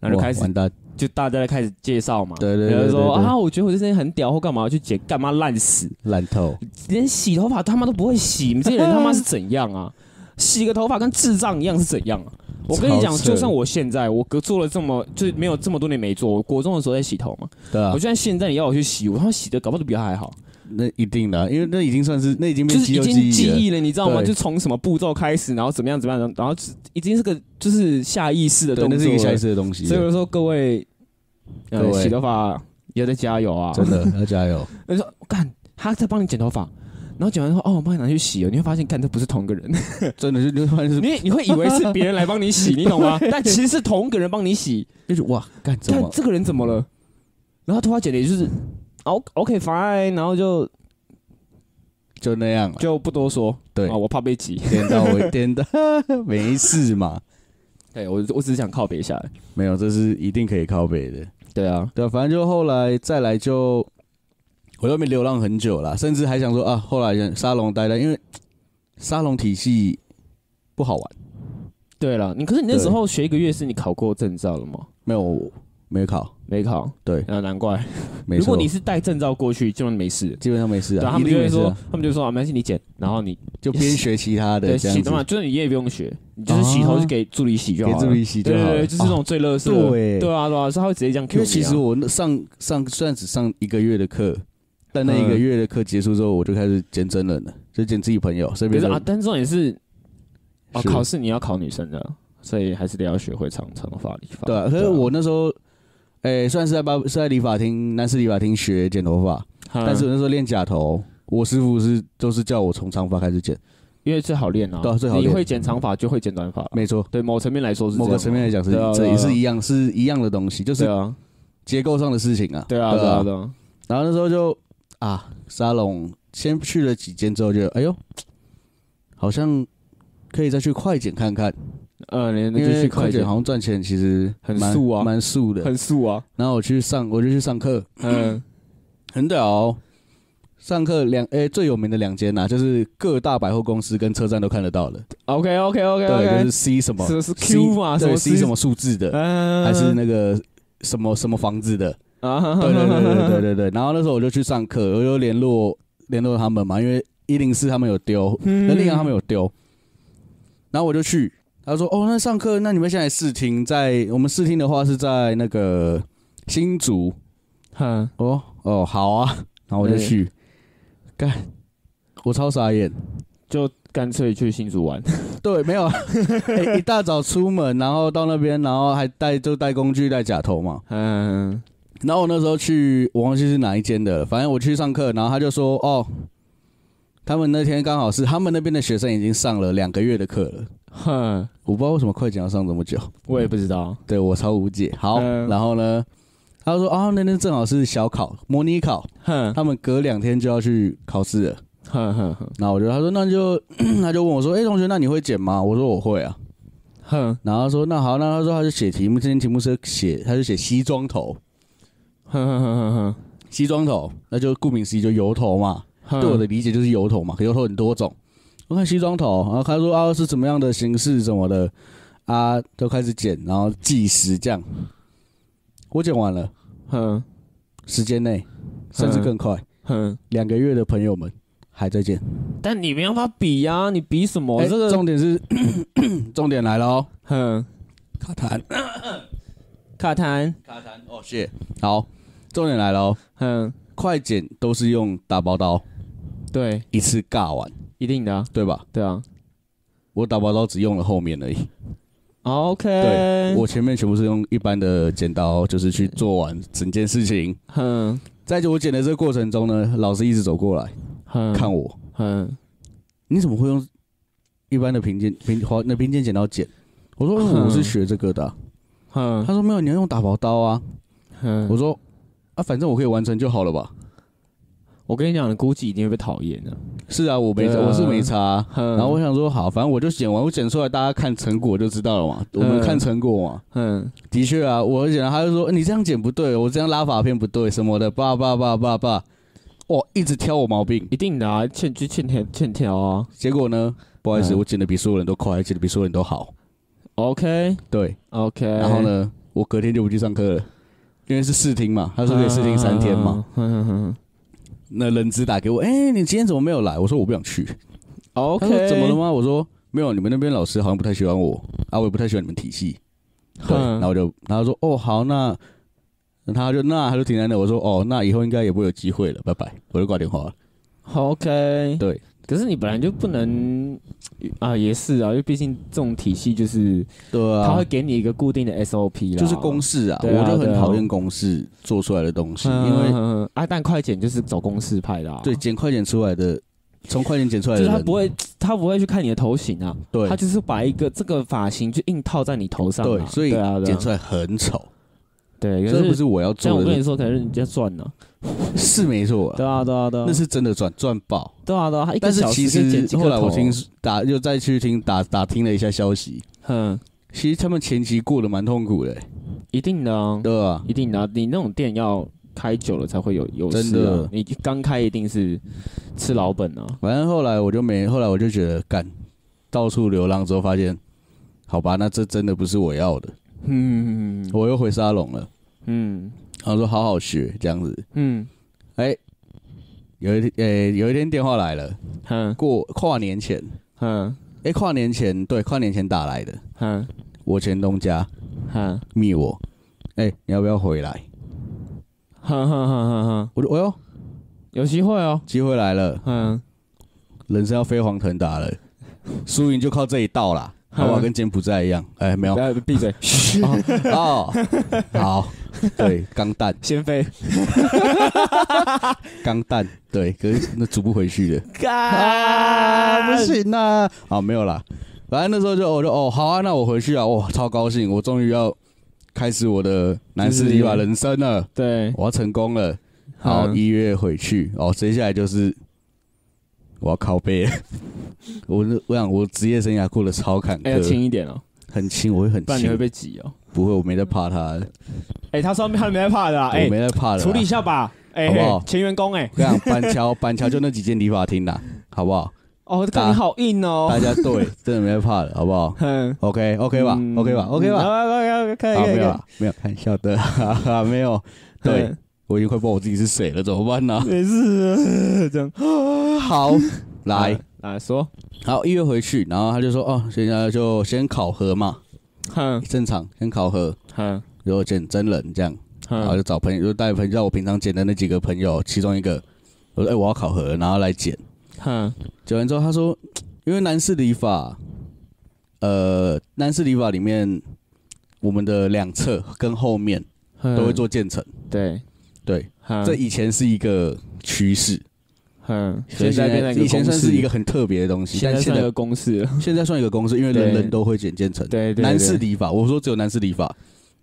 [SPEAKER 2] 然后就
[SPEAKER 3] 哇
[SPEAKER 2] 开始
[SPEAKER 3] 完蛋，
[SPEAKER 2] 就大家在开始介绍嘛，
[SPEAKER 3] 对对对
[SPEAKER 2] 然后就说
[SPEAKER 3] 对对对
[SPEAKER 2] 啊，我觉得我这件很屌，或干嘛去剪，干嘛烂死，
[SPEAKER 3] 烂透，
[SPEAKER 2] 连洗头发他妈都不会洗，你们这些人他妈是怎样啊？洗个头发跟智障一样是怎样啊？我跟你讲，
[SPEAKER 3] 超扯
[SPEAKER 2] 就算我现在我隔做了这么就是没有这么多年没做，我国中的时候在洗头嘛，
[SPEAKER 3] 对啊
[SPEAKER 2] 我，就算现在你要我去洗，我他妈洗的搞不好都比他还好，
[SPEAKER 3] 那一定的啊，因为那已经算是那已经
[SPEAKER 2] 就
[SPEAKER 3] 变
[SPEAKER 2] 是
[SPEAKER 3] 肌
[SPEAKER 2] 已
[SPEAKER 3] 肉
[SPEAKER 2] 经记
[SPEAKER 3] 记忆了，
[SPEAKER 2] 忆了，你知道吗？
[SPEAKER 3] 对
[SPEAKER 2] 就从什么步骤开始，然后怎么样怎么样，然后就是已经是个就是下意识的
[SPEAKER 3] 对，
[SPEAKER 2] 动
[SPEAKER 3] 那
[SPEAKER 2] 作
[SPEAKER 3] 是一个下意
[SPEAKER 2] 了。
[SPEAKER 3] 识的东西了，
[SPEAKER 2] 所以我说各位，呃
[SPEAKER 3] 各，位
[SPEAKER 2] 洗头发也在加油啊！
[SPEAKER 3] 真的要加油，
[SPEAKER 2] 我就说干，他在帮你剪头发，然后剪完说哦，我帮你拿去洗了，你会发现干这不是同一个 人。
[SPEAKER 3] 真的就就发现是
[SPEAKER 2] 你你会以为是别人来帮你洗，你懂 吗？但其实是同一个人帮你洗。
[SPEAKER 3] 就是哇，干怎
[SPEAKER 2] 看
[SPEAKER 3] 么？
[SPEAKER 2] 这个人怎么了？然后头发剪的也就是，O OK fine，然后就
[SPEAKER 3] 就那样了，
[SPEAKER 2] 就不多说。
[SPEAKER 3] 对
[SPEAKER 2] 啊，我怕被挤。
[SPEAKER 3] 颠到我颠到， 没事嘛，
[SPEAKER 2] 对我我只是想靠北一下来。
[SPEAKER 3] 没有，这是一定可以靠北的。
[SPEAKER 2] 对啊，
[SPEAKER 3] 对啊，反正就后来再来就，我在外面流浪很久啦，甚至还想说啊，后来想沙龙待待，因为沙龙体系不好玩，
[SPEAKER 2] 对了，你可是你那
[SPEAKER 3] 对
[SPEAKER 2] 时候学一个月是你考过证照了吗？
[SPEAKER 3] 没有没考，
[SPEAKER 2] 没考。
[SPEAKER 3] 对，
[SPEAKER 2] 那难怪。
[SPEAKER 3] 没
[SPEAKER 2] 啊如
[SPEAKER 3] 错
[SPEAKER 2] 果你，是带证照过去，基本上没事。
[SPEAKER 3] 基本上没事
[SPEAKER 2] 对，
[SPEAKER 3] 啊，
[SPEAKER 2] 他们
[SPEAKER 3] 一
[SPEAKER 2] 就
[SPEAKER 3] 定
[SPEAKER 2] 会
[SPEAKER 3] 没事
[SPEAKER 2] 说
[SPEAKER 3] 啊，，
[SPEAKER 2] 他们就说啊，没关系，你剪，然后你
[SPEAKER 3] 就边学其他的这样
[SPEAKER 2] 洗的嘛，
[SPEAKER 3] 子，
[SPEAKER 2] 就是你也不用学，你就是洗头
[SPEAKER 3] 啊
[SPEAKER 2] 就给助理洗就
[SPEAKER 3] 给
[SPEAKER 2] 好了。
[SPEAKER 3] 助理洗就
[SPEAKER 2] 对
[SPEAKER 3] 好
[SPEAKER 2] 对
[SPEAKER 3] 了，
[SPEAKER 2] 对，就是那
[SPEAKER 3] 啊。
[SPEAKER 2] 种最乐色。
[SPEAKER 3] 对
[SPEAKER 2] 对啊对啊，所以他会直接这样 Q
[SPEAKER 3] 因
[SPEAKER 2] 你
[SPEAKER 3] 为
[SPEAKER 2] 啊。
[SPEAKER 3] 其实我那上上虽然只上一个月的课，但那一个
[SPEAKER 2] 嗯
[SPEAKER 3] 月的课结束之后，我就开始见真人了，就见自己朋友身
[SPEAKER 2] 可
[SPEAKER 3] 边
[SPEAKER 2] 是
[SPEAKER 3] 的
[SPEAKER 2] 啊，但重点是，啊，
[SPEAKER 3] 是
[SPEAKER 2] 考试你要考女生的，所以还是得要学会长长头发理发。
[SPEAKER 3] 对、啊，可是我那时候，诶、虽然是在巴是在理发厅男士理发厅学剪头发，
[SPEAKER 2] 嗯，
[SPEAKER 3] 但是我那时候练假头，我师傅是都是叫我从长发开始剪，
[SPEAKER 2] 因为最好练啊，
[SPEAKER 3] 对啊最好
[SPEAKER 2] 你
[SPEAKER 3] 练
[SPEAKER 2] 会剪长发就会剪短发。
[SPEAKER 3] 没错，
[SPEAKER 2] 对，某层面来说是
[SPEAKER 3] 某
[SPEAKER 2] 这
[SPEAKER 3] 个
[SPEAKER 2] 样
[SPEAKER 3] 层面来讲是
[SPEAKER 2] 对啊
[SPEAKER 3] 这
[SPEAKER 2] 对啊
[SPEAKER 3] 也是一样，是一样的东西，就
[SPEAKER 2] 对
[SPEAKER 3] 是
[SPEAKER 2] 啊，
[SPEAKER 3] 结构上的事情啊。
[SPEAKER 2] 对啊，对啊，对啊，
[SPEAKER 3] 然后那时候就啊，沙龙先去了几间之后就，哎呦，好像可以再去快剪看看，
[SPEAKER 2] 呃，你那
[SPEAKER 3] 因
[SPEAKER 2] 就去
[SPEAKER 3] 为
[SPEAKER 2] 快
[SPEAKER 3] 快剪
[SPEAKER 2] 剪
[SPEAKER 3] 好，像赚钱其实
[SPEAKER 2] 很
[SPEAKER 3] 蛮
[SPEAKER 2] 素啊
[SPEAKER 3] 蛮素的。
[SPEAKER 2] 很素啊，
[SPEAKER 3] 然后我去上，我就去上课，
[SPEAKER 2] 嗯，
[SPEAKER 3] 很屌哦、上课两诶、最有名的两间呐、就是各大百货公司跟车站都看得到的。
[SPEAKER 2] OK OK OK
[SPEAKER 3] 对，就
[SPEAKER 2] OK，
[SPEAKER 3] 是 C 什么
[SPEAKER 2] 是是
[SPEAKER 3] C-
[SPEAKER 2] Q 嘛，什
[SPEAKER 3] 对
[SPEAKER 2] 么
[SPEAKER 3] C 什么，数字的，
[SPEAKER 2] 嗯，
[SPEAKER 3] 还是那个什么什么房子的。
[SPEAKER 2] 啊，
[SPEAKER 3] 对对对对对对对。然后那时候我就去上课，我就联络联络他们嘛，因为一零四他们有丢，
[SPEAKER 2] 嗯
[SPEAKER 3] 那另外他们有丢。然后我就去，他说：“哦，那上课，那你们现在试听在我们试听的话是在那个新竹。”
[SPEAKER 2] 哼，
[SPEAKER 3] 哦哦，好啊，然后我就去，干，我超傻眼，
[SPEAKER 2] 就干脆去新竹玩。
[SPEAKER 3] 对，没有、啊欸一大早出门，然后到那边，然后还带就带工具带假头嘛。
[SPEAKER 2] 嗯，
[SPEAKER 3] 然后我那时候去，我忘记是哪一间的，反正我去上课，然后他就说，哦，他们那天刚好是他们那边的学生已经上了两个月的课了，
[SPEAKER 2] 哼，
[SPEAKER 3] 我不知道为什么快剪要上这么久，
[SPEAKER 2] 我也不知道。
[SPEAKER 3] 对我超无解。好，
[SPEAKER 2] 嗯
[SPEAKER 3] 然后呢，他说，啊，那天正好是小考模拟考，
[SPEAKER 2] 哼
[SPEAKER 3] 他们隔两天就要去考试了。
[SPEAKER 2] 哼哼哼
[SPEAKER 3] 然后我就他说那就 他就问我说，哎、同学，那你会剪吗？我说我会啊。
[SPEAKER 2] 哼
[SPEAKER 3] 然后他说那好，那他说他就写题目，今天题目是写，他就写西装头，
[SPEAKER 2] 哼哼哼哼
[SPEAKER 3] 西装头，那就顾名思义就油头嘛。
[SPEAKER 2] 哼，
[SPEAKER 3] 对我的理解就是油头嘛，可油头很多种。我看西装头，然后他说啊是怎么样的形式什么的啊，都开始剪，然后计时这样。我剪完了，
[SPEAKER 2] 哼
[SPEAKER 3] 时间内
[SPEAKER 2] 嗯
[SPEAKER 3] 甚至更快，
[SPEAKER 2] 哼，
[SPEAKER 3] 两个月的朋友们还在剪。
[SPEAKER 2] 但你没办法比呀、你比什么？
[SPEAKER 3] 哎
[SPEAKER 2] 哦这个
[SPEAKER 3] 重点是 重点来了哦，
[SPEAKER 2] 哼
[SPEAKER 3] 卡痰。
[SPEAKER 2] 卡痰，
[SPEAKER 3] 卡痰哦，谢。好，重点来了哦，
[SPEAKER 2] 哼，
[SPEAKER 3] 快剪都是用打包刀
[SPEAKER 2] 对，
[SPEAKER 3] 一次尬完，
[SPEAKER 2] 一定的啊、
[SPEAKER 3] 对吧？
[SPEAKER 2] 对啊。
[SPEAKER 3] 我打包刀只用了后面而已，
[SPEAKER 2] OK，
[SPEAKER 3] 对
[SPEAKER 2] 嗯
[SPEAKER 3] 我前面全部是用一般的剪刀，就是去做完整件事情。
[SPEAKER 2] 哼
[SPEAKER 3] 在我剪的这个过程中呢，老师一直走过来
[SPEAKER 2] 哼
[SPEAKER 3] 看我，
[SPEAKER 2] 哼
[SPEAKER 3] 你怎么会用一般的平剪平花那平剪剪刀剪？我说嗯我是学这个的啊、
[SPEAKER 2] 哼
[SPEAKER 3] 他说没有，你要用打包刀啊。
[SPEAKER 2] 哼，
[SPEAKER 3] 我
[SPEAKER 2] 我
[SPEAKER 3] 说啊，反正我可以完成就好了吧。
[SPEAKER 2] 我跟你讲，你估计一定会被讨厌的。
[SPEAKER 3] 是啊，我没
[SPEAKER 2] 对啊
[SPEAKER 3] 我是没差啊、
[SPEAKER 2] 哼，
[SPEAKER 3] 然后我想说，好，反正我就剪完，我剪出来，大家看成果就知道了嘛。我们看成果嘛，
[SPEAKER 2] 哼
[SPEAKER 3] 的确啊，我剪了，他就说你这样剪不对，我这样拉法片不对什么的，叭叭叭叭叭，哇，一直挑我毛病。
[SPEAKER 2] 一定的啊，欠就欠条欠条啊。
[SPEAKER 3] 结果呢，不好意思，
[SPEAKER 2] 嗯
[SPEAKER 3] 我剪的比所有人都快，剪的比所有人都好。
[SPEAKER 2] OK
[SPEAKER 3] 对，
[SPEAKER 2] OK，
[SPEAKER 3] 然后？呢，我隔天就不去上课了，因为是试听嘛，他说可以试听三天嘛。
[SPEAKER 2] 哼哼哼
[SPEAKER 3] 那人资打给我，哎，你今天怎么没有来？我说我不想去。 他说
[SPEAKER 2] ，OK，
[SPEAKER 3] 怎么了？吗？我说没有，你们那边老师好像不太喜欢我啊，我也不太喜欢你们体系。对，
[SPEAKER 2] 嗯
[SPEAKER 3] 然后我就他说哦好，那那他就那他就停在那，我说哦那以后应该也不会有机会了，拜拜，我就挂电话了。
[SPEAKER 2] OK，
[SPEAKER 3] 对，
[SPEAKER 2] 可是你本来就不能啊，也是啊，因为毕竟这种体系就是
[SPEAKER 3] 对啊
[SPEAKER 2] 它会给你一个固定的 SOP 啦，
[SPEAKER 3] 就是公式啊，
[SPEAKER 2] 对啊
[SPEAKER 3] 我就很
[SPEAKER 2] 对啊
[SPEAKER 3] 讨厌公式做出来的东西，
[SPEAKER 2] 嗯，
[SPEAKER 3] 因为
[SPEAKER 2] 嗯嗯啊，但快剪就是走公式派的啊，
[SPEAKER 3] 对剪快剪出来的，从快剪剪出来
[SPEAKER 2] 就
[SPEAKER 3] 的
[SPEAKER 2] 是他
[SPEAKER 3] 人
[SPEAKER 2] 不会，他不会去看你的头型啊，
[SPEAKER 3] 对
[SPEAKER 2] 他就是把一个这个发型就硬套在你头上啊，
[SPEAKER 3] 对，所以
[SPEAKER 2] 对啊，对
[SPEAKER 3] 剪
[SPEAKER 2] 啊
[SPEAKER 3] 出来很丑，
[SPEAKER 2] 对，可
[SPEAKER 3] 这不是啊我要
[SPEAKER 2] 像
[SPEAKER 3] 做
[SPEAKER 2] 我跟
[SPEAKER 3] 的
[SPEAKER 2] 你，说，可能人家赚了，
[SPEAKER 3] 是没错啊，
[SPEAKER 2] 对啊，对啊，对啊
[SPEAKER 3] 那，是真的赚赚爆。
[SPEAKER 2] 对啊，对啊，他一个
[SPEAKER 3] 但是
[SPEAKER 2] 小时
[SPEAKER 3] 其
[SPEAKER 2] 可以剪
[SPEAKER 3] 实
[SPEAKER 2] 几
[SPEAKER 3] 后
[SPEAKER 2] 个
[SPEAKER 3] 来我
[SPEAKER 2] 头
[SPEAKER 3] 听，打又再去听打打听了一下消息，
[SPEAKER 2] 嗯，
[SPEAKER 3] 其实他们前期过得蛮痛苦的、欸
[SPEAKER 2] 一定的啊，
[SPEAKER 3] 对吧、
[SPEAKER 2] 一定的啊，你那种店要开久了才会有优势啊，
[SPEAKER 3] 真的
[SPEAKER 2] 你刚开一定是吃老本啊，
[SPEAKER 3] 反正后来我就没，后来我就觉得干，到处流浪之后发现，好吧，那这真的不是我要的，
[SPEAKER 2] 嗯
[SPEAKER 3] 我又回沙龙了。
[SPEAKER 2] 嗯
[SPEAKER 3] 然后说好好学这样子，
[SPEAKER 2] 嗯
[SPEAKER 3] 哎、有一天，哎、有一天电话来了，
[SPEAKER 2] 哼
[SPEAKER 3] 过跨年前，
[SPEAKER 2] 哼
[SPEAKER 3] 哎、跨年前对，跨年前打来的，
[SPEAKER 2] 哼
[SPEAKER 3] 我前东家
[SPEAKER 2] 哼
[SPEAKER 3] 密我，哎、你要不要回来？
[SPEAKER 2] 哼哼哼哼，
[SPEAKER 3] 我说，哎呦，
[SPEAKER 2] 有机会哦，
[SPEAKER 3] 机会来了，
[SPEAKER 2] 嗯
[SPEAKER 3] 人生要飞黄腾达了，输赢就靠这一道啦，好不好？
[SPEAKER 2] 嗯
[SPEAKER 3] 跟柬埔寨一样，哎、没有
[SPEAKER 2] 来闭嘴，
[SPEAKER 3] 哦，好，对，钢蛋，
[SPEAKER 2] 先飞，
[SPEAKER 3] 钢蛋，对，可是那煮不回去的啊，
[SPEAKER 2] 啊
[SPEAKER 3] 不，行啊，好，没有啦，反正那时候就我就哦，好啊，那我回去啊，哇，超高兴，我终于要开始我的男士理发人生了，
[SPEAKER 2] 对，
[SPEAKER 3] 我要成功了，好，
[SPEAKER 2] 嗯
[SPEAKER 3] 一月回去，哦，接下来就是我要靠 背了，我那我想我职业生涯过得超坎
[SPEAKER 2] 哎，要
[SPEAKER 3] 坷，
[SPEAKER 2] 轻一点哦，
[SPEAKER 3] 很轻，我会很
[SPEAKER 2] 不然你会
[SPEAKER 3] 轻，
[SPEAKER 2] 被挤哦。
[SPEAKER 3] 不会，我没在怕他的，
[SPEAKER 2] 哎，他说他没在怕的啊，
[SPEAKER 3] 我
[SPEAKER 2] 哎
[SPEAKER 3] 没，在怕的啦，
[SPEAKER 2] 处理一下吧，哎，
[SPEAKER 3] 好不好
[SPEAKER 2] 嘿前员工，哎，
[SPEAKER 3] 我跟你讲，板 桥板桥就那几间理发厅啦，好不好？
[SPEAKER 2] 哦，这个你好硬哦
[SPEAKER 3] 大，家 对，真的没在怕的，好不好
[SPEAKER 2] 哼
[SPEAKER 3] ？OK OK 吧
[SPEAKER 2] 嗯哎
[SPEAKER 3] ，OK 吧，OK 吧。
[SPEAKER 2] ，OK OK
[SPEAKER 3] 啊，
[SPEAKER 2] 可以
[SPEAKER 3] 没有
[SPEAKER 2] 可
[SPEAKER 3] 啦，没有看笑的，哈哈，没有。对
[SPEAKER 2] 嗯，
[SPEAKER 3] 我已经快忘我自己是谁了，怎么办呢
[SPEAKER 2] 以，？没事， 这样嗯
[SPEAKER 3] 好，来，
[SPEAKER 2] 来说，
[SPEAKER 3] 好，一月回去，然后他就说，哦，现在就先考核嘛，
[SPEAKER 2] 哼
[SPEAKER 3] 正常，先考核，
[SPEAKER 2] 哼
[SPEAKER 3] 然后见真人这样，然后
[SPEAKER 2] 哼
[SPEAKER 3] 就找朋友，就带朋友，叫我平常剪的那几个朋友，其中一个，我说，哎，我要考核，然后来剪。
[SPEAKER 2] 哼
[SPEAKER 3] 剪完之后，他说：“因为男士理发，呃，男士理发里面，我们的两侧跟后面
[SPEAKER 2] 都
[SPEAKER 3] 都会做渐层，
[SPEAKER 2] 对，
[SPEAKER 3] 对，
[SPEAKER 2] 嗯
[SPEAKER 3] 这以前是一个趋势，
[SPEAKER 2] 嗯，
[SPEAKER 3] 所以
[SPEAKER 2] 现在变成一个
[SPEAKER 3] 以前
[SPEAKER 2] 公
[SPEAKER 3] 算
[SPEAKER 2] 式
[SPEAKER 3] 是一个，很特别的东西，
[SPEAKER 2] 现
[SPEAKER 3] 但
[SPEAKER 2] 在
[SPEAKER 3] 现
[SPEAKER 2] 算一
[SPEAKER 3] 在
[SPEAKER 2] 个公式 了，
[SPEAKER 3] 现在算一个公式，因为人
[SPEAKER 2] 对
[SPEAKER 3] 人都会剪渐层。
[SPEAKER 2] 对对，对
[SPEAKER 3] 男士理发，我说只有男士理发，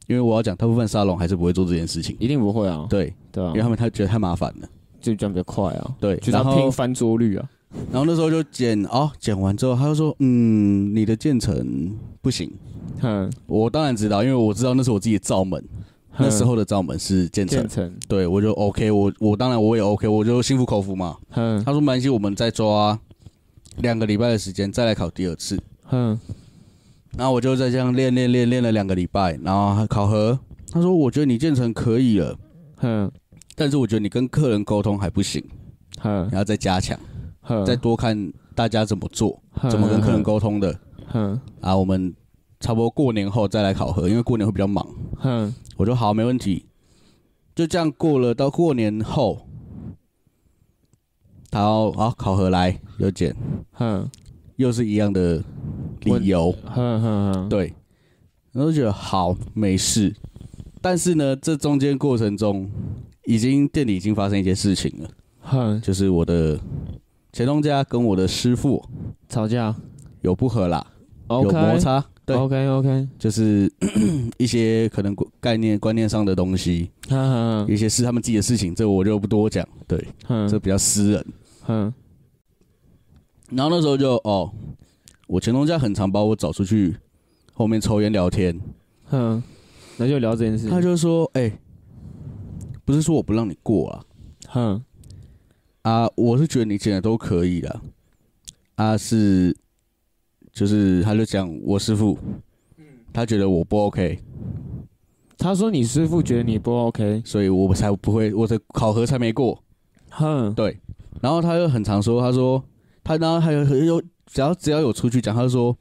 [SPEAKER 3] 因为我要讲大部分沙龙还是不会做这件事情，
[SPEAKER 2] 一定不会啊，
[SPEAKER 3] 对，
[SPEAKER 2] 对啊
[SPEAKER 3] 因为，他们他觉得太麻烦了，
[SPEAKER 2] 就这样比较快啊，
[SPEAKER 3] 对
[SPEAKER 2] 就是要
[SPEAKER 3] 然后
[SPEAKER 2] 拼翻桌率啊，
[SPEAKER 3] 然后那时候就剪哦，剪完之后他就说，嗯，你的渐层不行。
[SPEAKER 2] 嗯，
[SPEAKER 3] 我当然知道，因为我知道那是我自己的罩门，那时
[SPEAKER 2] 嗯
[SPEAKER 3] 候的罩门是建成
[SPEAKER 2] 建，成，
[SPEAKER 3] 对我就 OK，我我当然我也 OK，我就心服口服嘛。
[SPEAKER 2] 嗯
[SPEAKER 3] 他说没关系，我们再抓两个礼拜的时间再来考第二次，
[SPEAKER 2] 嗯
[SPEAKER 3] 然后我就再这样练练练练了两个礼拜，然后他考核，他说我觉得你建成可以了，
[SPEAKER 2] 嗯
[SPEAKER 3] 但是我觉得你跟客人沟通还不行，
[SPEAKER 2] 嗯
[SPEAKER 3] 然后再加强，
[SPEAKER 2] 嗯，
[SPEAKER 3] 再多看大家怎么做，
[SPEAKER 2] 嗯
[SPEAKER 3] 怎么跟客人，沟通的
[SPEAKER 2] 嗯
[SPEAKER 3] 啊，我们差不多过年后再来考核，因为过年会比较忙。
[SPEAKER 2] 嗯
[SPEAKER 3] 我说好，没问题。就这样过了，到过年后，他要啊考核来又检，
[SPEAKER 2] 嗯
[SPEAKER 3] 又是一样的理由，
[SPEAKER 2] 嗯嗯，
[SPEAKER 3] 对，然后就觉得好没事。但是呢，这中间过程中，已经店里已经发生一些事情了，
[SPEAKER 2] 嗯，
[SPEAKER 3] 就是我的前东家跟我的师傅
[SPEAKER 2] 吵架
[SPEAKER 3] 有不合啦，有
[SPEAKER 2] ，OK，
[SPEAKER 3] 摩擦，对，
[SPEAKER 2] ，OK OK，
[SPEAKER 3] 就是 一些可能概念观念上的东西，
[SPEAKER 2] 嗯
[SPEAKER 3] 一些是他们自己的事情，这我就不多讲，对。
[SPEAKER 2] 嗯
[SPEAKER 3] 这比较私人。
[SPEAKER 2] 嗯
[SPEAKER 3] 然后那时候就哦，我前东家很常把我找出去后面抽烟聊天，
[SPEAKER 2] 嗯，那就聊这件事，
[SPEAKER 3] 他就说：“哎、不是说我不让你过啊，
[SPEAKER 2] 嗯
[SPEAKER 3] 啊，我是觉得你剪的都可以的，啊是，就是他就讲我师傅，他觉得我不 OK，
[SPEAKER 2] 他说你师傅觉得你不 OK，
[SPEAKER 3] 所以我才不会，我的考核才没过。
[SPEAKER 2] 哼，
[SPEAKER 3] 对，然后他又很常说，他说他然后还有有只要只要有出去讲，他就说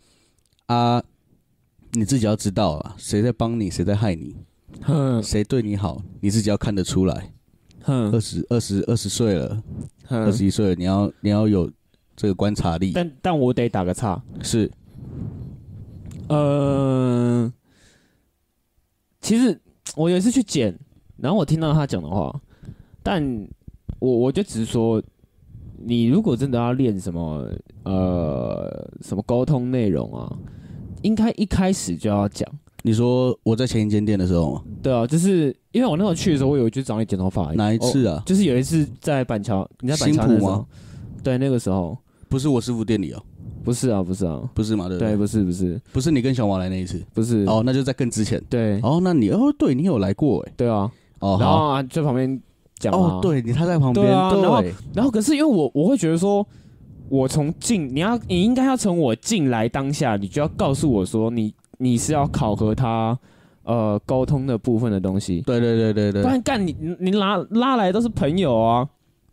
[SPEAKER 3] 啊，你自己要知道啊，谁在帮你，谁在害你，
[SPEAKER 2] 哼
[SPEAKER 3] 谁对你好，你自己要看得出来。
[SPEAKER 2] 哼
[SPEAKER 3] 二十二十二十岁了，二
[SPEAKER 2] 哼，
[SPEAKER 3] 十一岁了，你要你要有这个观察力，
[SPEAKER 2] 但但我得打个岔，
[SPEAKER 3] 是
[SPEAKER 2] 嗯，其实我有一次去剪，然后我听到他讲的话，但我我就只是说，你如果真的要练什么呃什么沟通内容啊，应该一开始就要讲。
[SPEAKER 3] 你说我在前一间店的时候吗，
[SPEAKER 2] 对啊，就是因为我那时候去的时候，我有去找你剪头发而已。
[SPEAKER 3] 哪一次啊
[SPEAKER 2] 哦就是有一次在板桥，你在板桥那
[SPEAKER 3] 新
[SPEAKER 2] 时
[SPEAKER 3] 浦
[SPEAKER 2] 候
[SPEAKER 3] 吗，
[SPEAKER 2] 对，那个时候
[SPEAKER 3] 不是我师傅店里哦，
[SPEAKER 2] 不是啊，不是啊，
[SPEAKER 3] 不是嘛？对不
[SPEAKER 2] 对，
[SPEAKER 3] 对？
[SPEAKER 2] 不是，不是，
[SPEAKER 3] 不是你跟小马来那一次，
[SPEAKER 2] 不是，
[SPEAKER 3] 哦，那就在更之前。
[SPEAKER 2] 对，
[SPEAKER 3] 哦，那你哦，对你有来过哎，
[SPEAKER 2] 对啊，
[SPEAKER 3] 哦，
[SPEAKER 2] 哎然
[SPEAKER 3] 好，
[SPEAKER 2] 后啊，在旁边讲嘛
[SPEAKER 3] 哦，，对你他在旁边
[SPEAKER 2] 对啊，然后
[SPEAKER 3] 对
[SPEAKER 2] 然后可是因为我我会觉得说，我从进你要你应该要从我进来当下，你就要告诉我说你你是要考核他呃沟通的部分的东西，
[SPEAKER 3] 对对对对对
[SPEAKER 2] 不，然干你你你拉拉来都是朋友啊，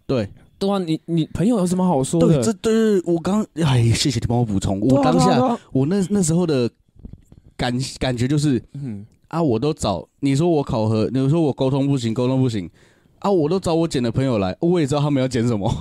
[SPEAKER 3] 对
[SPEAKER 2] 对啊，你你朋友有什么好说
[SPEAKER 3] 对，
[SPEAKER 2] 的？
[SPEAKER 3] 这对我刚哎，谢谢你帮我补充。我
[SPEAKER 2] 对啊
[SPEAKER 3] 当
[SPEAKER 2] 对啊
[SPEAKER 3] 下
[SPEAKER 2] 对啊
[SPEAKER 3] 我那那时候的感感觉就是
[SPEAKER 2] 嗯
[SPEAKER 3] 啊，我都找你说我考核，你说我沟通不行，沟通不行啊，我都找我剪的朋友来，我也知道他们要剪什么。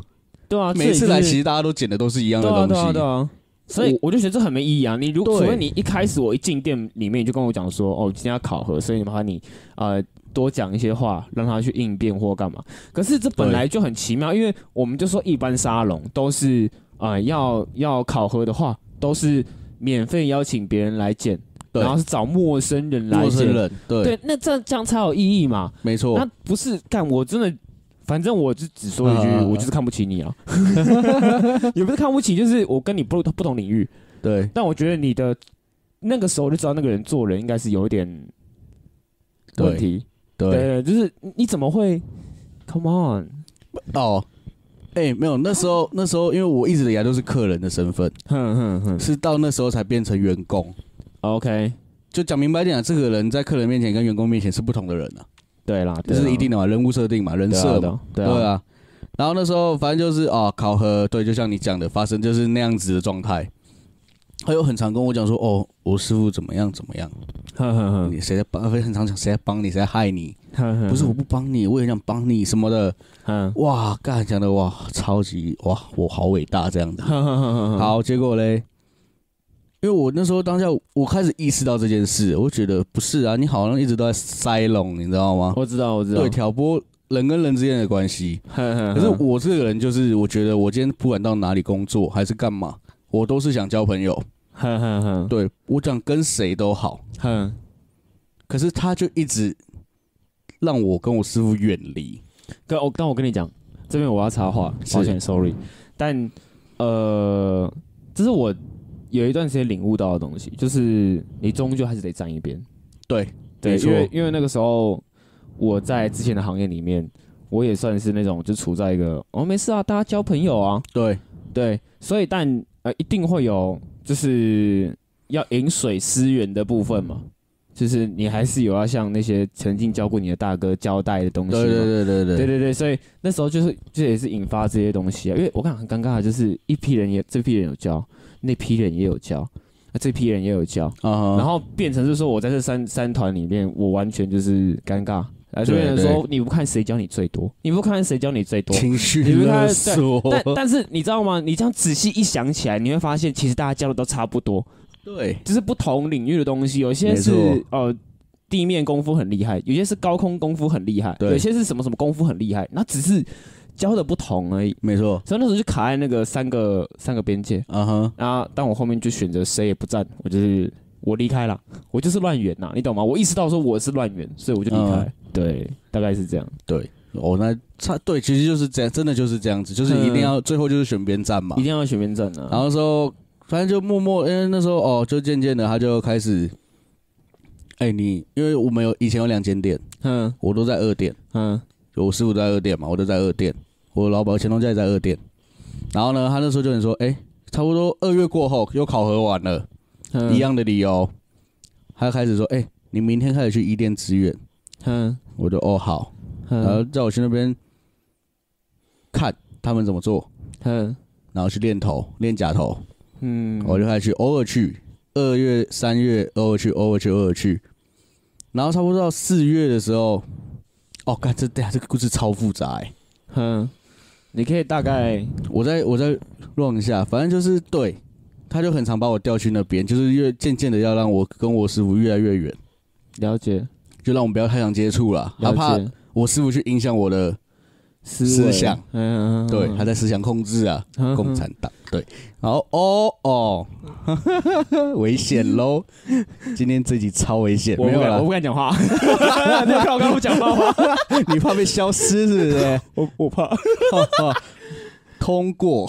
[SPEAKER 2] 对啊，
[SPEAKER 3] 每次来其
[SPEAKER 2] 习
[SPEAKER 3] 实大家都剪的都是一样的
[SPEAKER 2] 对啊
[SPEAKER 3] 东
[SPEAKER 2] 对啊对
[SPEAKER 3] 西。
[SPEAKER 2] 啊，所以我就觉得这很没意义啊。你如
[SPEAKER 3] 对
[SPEAKER 2] 除非你一开始我一进店里面你就跟我讲说，哦，今天要考核，所以麻烦你呃多讲一些话，让他去应变或干嘛。可是这本来就很奇妙，因为我们就说一般沙龙都是呃要要考核的话，都是免费邀请别人来见，
[SPEAKER 3] 对
[SPEAKER 2] 然后是找陌生人啊来
[SPEAKER 3] 陌生
[SPEAKER 2] 见，
[SPEAKER 3] 人，对，
[SPEAKER 2] 对，那这这样才有意义嘛。
[SPEAKER 3] 没
[SPEAKER 2] 那
[SPEAKER 3] 错，
[SPEAKER 2] 不是干，我真的，反正我就只说一句，
[SPEAKER 3] 啊
[SPEAKER 2] 我就是看不起 你啊，也不是看不起，就是我跟你不不同领域，
[SPEAKER 3] 对，
[SPEAKER 2] 但我觉得你的那个时候我就知道那个人做人应该是有一点问
[SPEAKER 3] 对，
[SPEAKER 2] 题，
[SPEAKER 3] 对，
[SPEAKER 2] 对，就是你怎么会？Come on，
[SPEAKER 3] 哦，哎，没有，那时候那时候，因为我一直以来都是客人的身份，
[SPEAKER 2] 哼哼哼
[SPEAKER 3] 是到那时候才变成员工。
[SPEAKER 2] ，OK，
[SPEAKER 3] 就讲明白点啊，这个人在客人面前跟员工面前是不同的人啊。
[SPEAKER 2] 对啦，
[SPEAKER 3] 这
[SPEAKER 2] 对啦
[SPEAKER 3] 是一定的嘛，人物设定嘛，人
[SPEAKER 2] 对啊
[SPEAKER 3] 设
[SPEAKER 2] 对
[SPEAKER 3] 嘛
[SPEAKER 2] 啊，
[SPEAKER 3] 对
[SPEAKER 2] 对啊，
[SPEAKER 3] 啊。然后那时候反正就是哦，考核，对，就像你讲的，发生就是那样子的状态。他有很常跟我讲说，哦，我师傅怎么样怎么样，
[SPEAKER 2] 哼哼
[SPEAKER 3] 你谁在帮？非常常讲谁在帮你，谁在害你？
[SPEAKER 2] 哼哼，
[SPEAKER 3] 不是我不帮你，我也想帮你什么的。
[SPEAKER 2] 哼，
[SPEAKER 3] 哇，干讲的哇，超级哇，我好伟大这样的。
[SPEAKER 2] 哼哼哼，
[SPEAKER 3] 好，结果嘞，因为我那时候当下我开始意识到这件事，我觉得不是啊，你好像一直都在塞拢，你知道吗？
[SPEAKER 2] 我知道，我知道，
[SPEAKER 3] 对，啊嗯挑拨人跟人之间的关系。
[SPEAKER 2] 哼哼，可
[SPEAKER 3] 可是我这个人就是，我觉得我今天不管到哪里工作还是干嘛，我都是想交朋友。
[SPEAKER 2] 哼哼哼，
[SPEAKER 3] 对我想跟谁都好，
[SPEAKER 2] 哼，
[SPEAKER 3] 可是他就一直让我跟我师傅远离。
[SPEAKER 2] 但我但我跟你讲，这边我要插话，
[SPEAKER 3] 嗯是
[SPEAKER 2] 抱歉，sorry，但呃，这是我有一段时间领悟到的东西，就是你终究还是得站一边。
[SPEAKER 3] 对，
[SPEAKER 2] 对，
[SPEAKER 3] 没错
[SPEAKER 2] 因为因为那个时候我在之前的行业里面，我也算是那种就处在一个哦没事啊，大家交朋友啊，
[SPEAKER 3] 对，
[SPEAKER 2] 对，所以但呃一定会有就是要饮水思源的部分嘛，就是你还是有要向那些曾经教过你的大哥交代的东西嘛，
[SPEAKER 3] 对对对对对
[SPEAKER 2] 对
[SPEAKER 3] 对
[SPEAKER 2] 对对，所以那时候就是这也是引发这些东西啊，因为我看很尴尬，的就是一批人也这批人有教，那批人也有教，那这批人也有教，
[SPEAKER 3] 啊
[SPEAKER 2] 然
[SPEAKER 3] 哈，
[SPEAKER 2] 后变成是说我在这三三团里面，我完全就是尴尬，啊，就
[SPEAKER 3] 对
[SPEAKER 2] 变成说你不看谁教你最多，你不看谁教你最多。
[SPEAKER 3] 情绪
[SPEAKER 2] 你们看
[SPEAKER 3] 勒
[SPEAKER 2] 对
[SPEAKER 3] 索，
[SPEAKER 2] 但但是你知道吗？你这样仔细一想起来，你会发现其实大家教的都差不多，
[SPEAKER 3] 对
[SPEAKER 2] 就是不同领域的东西。有些是
[SPEAKER 3] 没
[SPEAKER 2] 呃地面功夫很厉害，有些是高空功夫很厉害，
[SPEAKER 3] 对
[SPEAKER 2] 有些是什么什么功夫很厉害，那只是教的不同而已。
[SPEAKER 3] 没错，
[SPEAKER 2] 所以那时候就卡在那个三个三个边界。
[SPEAKER 3] 啊哈，
[SPEAKER 2] 啊，但我后面就选择谁也不站，我就是我离开了，我就是乱源呐，你懂吗？我意识到说我是乱源，所以我就离开。
[SPEAKER 3] 嗯
[SPEAKER 2] 对，大概是这样。
[SPEAKER 3] 对，哦，那差对，其实就是这样，真的就是这样子，就是一定要最后就是选边站嘛
[SPEAKER 2] 一。定要选边站啊。
[SPEAKER 3] 然后说，反正就默默，因为那时候哦，就渐渐的他就开始，哎，你因为我们有以前有两间店，
[SPEAKER 2] 嗯
[SPEAKER 3] 我都在二店，
[SPEAKER 2] 嗯
[SPEAKER 3] 就我师傅都在二店嘛，我都在二店，我老板前东家也在二店。然后呢，他那时候就很说，哎，差不多二月过后又考核完了，
[SPEAKER 2] 嗯，
[SPEAKER 3] 一样的理由，他开始说，哎，你明天开始去一店支援。
[SPEAKER 2] 嗯。
[SPEAKER 3] 我就哦好，
[SPEAKER 2] 嗯
[SPEAKER 3] 然后叫我去那边看他们怎么做，
[SPEAKER 2] 嗯
[SPEAKER 3] 然后去练头、练假头，
[SPEAKER 2] 嗯，
[SPEAKER 3] 我就开始去，偶尔去，二月、三月偶尔去，偶尔去，偶尔去，然后差不多到四月的时候，哦，干这对啊，这个故事超复杂、欸，
[SPEAKER 2] 嗯，你可以大概
[SPEAKER 3] 我再我再乱一下，反正就是对，他就很常把我调去那边，就是越渐渐的要让我跟我师傅越来越远，
[SPEAKER 2] 了解
[SPEAKER 3] 就让我们不要太常接触了，他
[SPEAKER 2] 了
[SPEAKER 3] 怕
[SPEAKER 2] 解
[SPEAKER 3] 我师傅去影响我的，
[SPEAKER 2] 思
[SPEAKER 3] 思
[SPEAKER 2] 维
[SPEAKER 3] 想，
[SPEAKER 2] 嗯，嗯
[SPEAKER 3] 对，他在思想控制啊，
[SPEAKER 2] 嗯
[SPEAKER 3] 共产党对，然后哦哦， 危险喽！今天这集超危险，
[SPEAKER 2] 我
[SPEAKER 3] 没
[SPEAKER 2] 不
[SPEAKER 3] 有
[SPEAKER 2] 敢，我
[SPEAKER 3] 了
[SPEAKER 2] 不，敢讲话， 你看我刚刚不讲话吗？
[SPEAKER 3] 你怕被消失是不是？
[SPEAKER 2] 我我怕，
[SPEAKER 3] 通过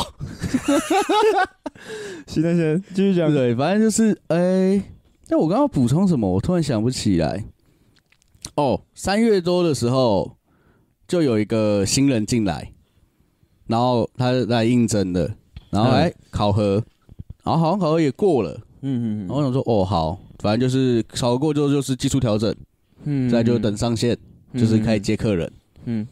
[SPEAKER 2] 行了行，继续讲
[SPEAKER 3] 对，反正就是哎，那我刚刚补充什么？我突然想不起来。哦，三月多的时候就有一个新人进来，然后他来应征的，然后
[SPEAKER 2] 嗯
[SPEAKER 3] 哎考核，然后好像考核也过了，
[SPEAKER 2] 嗯嗯
[SPEAKER 3] 然后我想说哦好，反正就是考核过之后就是技术调整。
[SPEAKER 2] 嗯
[SPEAKER 3] 再就等上线，就是开始接客人。
[SPEAKER 2] 嗯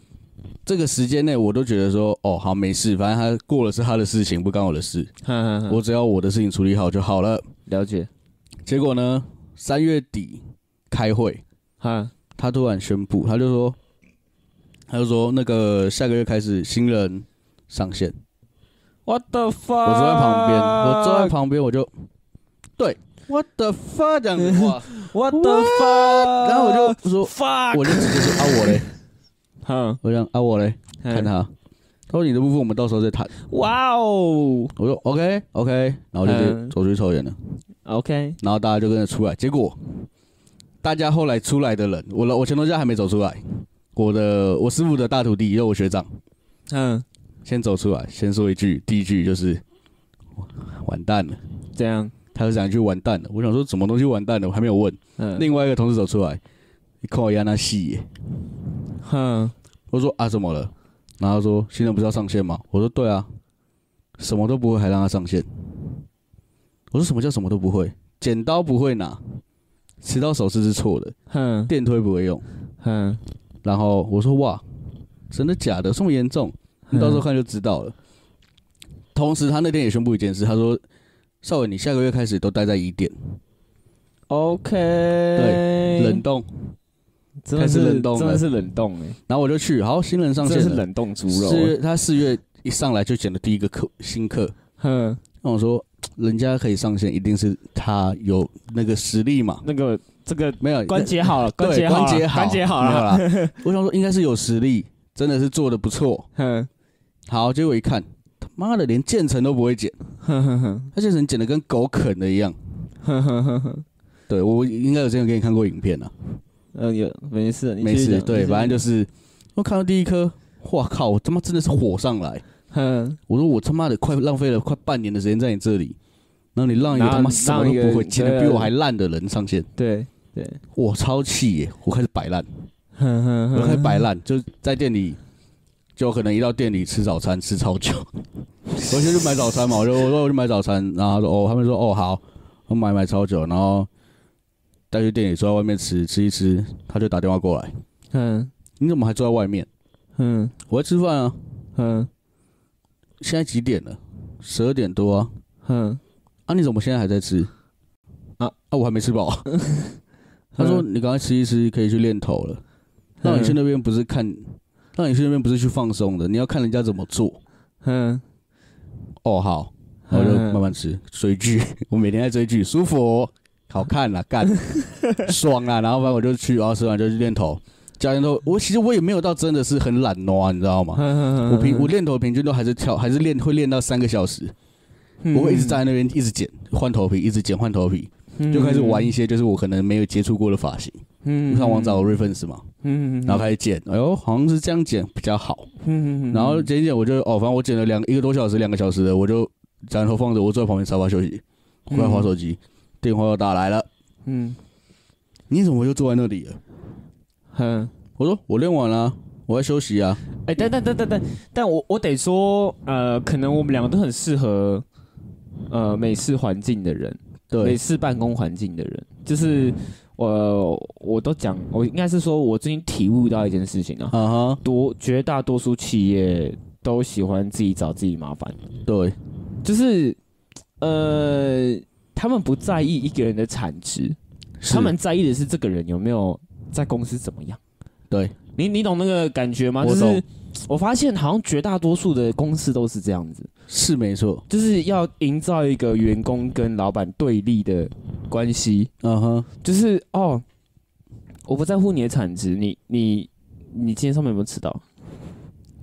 [SPEAKER 3] 这个时间内，我都觉得说，哦，好，没事，反正他过了是他的事情，不干我的事，
[SPEAKER 2] 嗯，我
[SPEAKER 3] 我只要我的事情处理好就好了。
[SPEAKER 2] 了解，
[SPEAKER 3] 结果呢，三月底开会，
[SPEAKER 2] 哈，
[SPEAKER 3] 他突然宣布，他就说，他就说那个下个月开始新人上线。
[SPEAKER 2] 我的
[SPEAKER 3] 我
[SPEAKER 2] fuck，
[SPEAKER 3] 坐在旁边，
[SPEAKER 2] 啊
[SPEAKER 3] 我坐在旁边，我就对 what the fuck 这样子哇，
[SPEAKER 2] 我的 fuck，
[SPEAKER 3] 然后我就说，
[SPEAKER 2] fuck，
[SPEAKER 3] 我就直接说啊我嘞，
[SPEAKER 2] 哼，
[SPEAKER 3] 我讲啊我嘞，
[SPEAKER 2] 嗯
[SPEAKER 3] 看他，他说你的部分我们到时候再谈。
[SPEAKER 2] 哇哦
[SPEAKER 3] 我说 OK OK，然后就
[SPEAKER 2] 嗯
[SPEAKER 3] 去走出去抽烟了，
[SPEAKER 2] ，OK，
[SPEAKER 3] 然后大家就跟着出来，结果大家后来出来的人，我老我前东家还没走出来，我的我师傅的大徒弟，也有我学长，
[SPEAKER 2] 嗯，
[SPEAKER 3] 先走出来，先说一句，第一句就是完蛋了，
[SPEAKER 2] 这样，
[SPEAKER 3] 他就讲一句完蛋了，我想说什么东西完蛋了，我还没有问，
[SPEAKER 2] 嗯，
[SPEAKER 3] 另外一个同事走出来，你看我压那戏耶，
[SPEAKER 2] 哼，
[SPEAKER 3] 我说啊怎么了？然后他说新人不是要上线吗？我说对啊，什么都不会还让他上线。我说什么叫什么都不会？剪刀不会拿，持刀手势是错的，
[SPEAKER 2] 哼，
[SPEAKER 3] 电推不会用。
[SPEAKER 2] 哼，
[SPEAKER 3] 然后我说哇，真的假的？这么
[SPEAKER 2] 嗯
[SPEAKER 3] 严重？你到时候看就知道了。同时，他那天也宣布一件事，他说少伟，你下个月开始都待在一点，
[SPEAKER 2] OK，
[SPEAKER 3] 对冷，冻，
[SPEAKER 2] 真的
[SPEAKER 3] 开始
[SPEAKER 2] 是
[SPEAKER 3] 冷冻了
[SPEAKER 2] 真的是冷冻哎，
[SPEAKER 3] 然后我就去，好，新人上
[SPEAKER 2] 真的
[SPEAKER 3] 线
[SPEAKER 2] 是
[SPEAKER 3] 了
[SPEAKER 2] 冷冻猪肉
[SPEAKER 3] 四
[SPEAKER 2] 欸，
[SPEAKER 3] 月他四月一上来就捡了第一个客新客，
[SPEAKER 2] 哼，
[SPEAKER 3] 那我说人家可以上线，一定是他有那个实力嘛，
[SPEAKER 2] 那个这个
[SPEAKER 3] 没有
[SPEAKER 2] 关节好了，
[SPEAKER 3] 对
[SPEAKER 2] 关节好
[SPEAKER 3] 关
[SPEAKER 2] 了，
[SPEAKER 3] 节
[SPEAKER 2] 关节好 啊了，
[SPEAKER 3] 没有啦我想说应该是有实力，真的是做的不错。
[SPEAKER 2] 哼
[SPEAKER 3] 好，结果一看，他妈的连建成都不会剪，
[SPEAKER 2] 哼哼哼
[SPEAKER 3] 他建成剪的跟狗啃的一样。
[SPEAKER 2] 哼哼哼哼，
[SPEAKER 3] 对我应该有之前给你看过影片啊，
[SPEAKER 2] 嗯，有没事，你
[SPEAKER 3] 没
[SPEAKER 2] 继续
[SPEAKER 3] 事，
[SPEAKER 2] 讲
[SPEAKER 3] 对，反正，
[SPEAKER 2] 你继续
[SPEAKER 3] 就是我看到第一颗，哇靠，我他妈真的是火上来，
[SPEAKER 2] 哼，
[SPEAKER 3] 我说我他妈的快浪费了快半年的时间在你这里，然后你让一个
[SPEAKER 2] 然后
[SPEAKER 3] 他妈什么
[SPEAKER 2] 让一
[SPEAKER 3] 都
[SPEAKER 2] 个
[SPEAKER 3] 不会剪
[SPEAKER 2] 对
[SPEAKER 3] 的
[SPEAKER 2] 啊
[SPEAKER 3] 比我还烂的人上线，
[SPEAKER 2] 对对，
[SPEAKER 3] 我超气耶，我开始摆烂，
[SPEAKER 2] 哼哼
[SPEAKER 3] 我
[SPEAKER 2] 哼，
[SPEAKER 3] 开始摆烂，就在店里。就可能一到店里吃早餐，吃超久。我先去买早餐嘛，我就我说我去买早餐，然后他说哦，他们说哦好，我买买超久，然后带去店里坐在外面吃吃一吃，他就打电话过来，
[SPEAKER 2] 哼
[SPEAKER 3] 你怎么还坐在外面？
[SPEAKER 2] 哼
[SPEAKER 3] 我在吃饭啊，
[SPEAKER 2] 哼
[SPEAKER 3] 现在几点了？十二点多啊！
[SPEAKER 2] 哼，
[SPEAKER 3] 啊，你怎么现在还在吃？啊
[SPEAKER 2] 啊
[SPEAKER 3] 啊，我还没吃饱啊、他说你赶快吃一吃，可以去练头了。
[SPEAKER 2] 嗯
[SPEAKER 3] 让你去那边不是看，让你去那边不是去放松的，你要看人家怎么做。
[SPEAKER 2] 哼，
[SPEAKER 3] 哦，好，然后就
[SPEAKER 2] 嗯
[SPEAKER 3] 慢慢吃追剧。 我每天在追剧，舒服哦、好看啊，干爽啊。然后反正我就去，然后吃完就去练头。教练头，我其实我也没有到真的是很懒惰，啊你知道吗？
[SPEAKER 2] 哼
[SPEAKER 3] 我平我练头平均都还是跳，还是练会练到三个小时。
[SPEAKER 2] 嗯
[SPEAKER 3] 我会一直站在那边一直剪换头皮，一直剪换头皮，就开始玩一，些就是我可能没有接触过的发型。
[SPEAKER 2] 嗯
[SPEAKER 3] 上网找 reference 嘛，
[SPEAKER 2] 嗯，
[SPEAKER 3] 然后开始剪，哎呦，好像是这样剪比较好。
[SPEAKER 2] 嗯，
[SPEAKER 3] 然后剪一剪，我就哦，反正我剪了两一个多小时，两个小时的，我就剪完头放着，我坐在旁边沙发休息，我在划手机，电话又打来了，
[SPEAKER 2] 嗯
[SPEAKER 3] 你怎么就坐在那里了？
[SPEAKER 2] 哼。
[SPEAKER 3] 我说我练完了、我在休息啊。
[SPEAKER 2] 哎、等等等等等，但我我得说，呃，可能我们两个都很适合，呃，美式环境的人，美
[SPEAKER 3] 对，
[SPEAKER 2] 式办公环境的人，就是我、我都讲，我应该是说，我最近体悟到一件事情啊，
[SPEAKER 3] 啊哈，
[SPEAKER 2] 多绝大多数企业都喜欢自己找自己麻烦，
[SPEAKER 3] 对，
[SPEAKER 2] 就是呃，他们不在意一个人的产值，
[SPEAKER 3] 是
[SPEAKER 2] 他们在意的是这个人有没有在公司怎么样。
[SPEAKER 3] 对
[SPEAKER 2] 你你懂那个感觉吗？
[SPEAKER 3] 我
[SPEAKER 2] 就
[SPEAKER 3] 懂
[SPEAKER 2] 是我发现好像绝大多数的公司都是这样子，
[SPEAKER 3] 是没错。
[SPEAKER 2] 就是要营造一个员工跟老板对立的关系，
[SPEAKER 3] 嗯哼，
[SPEAKER 2] 就是哦，我不在乎你的产值，你你你今天上面有没有迟到？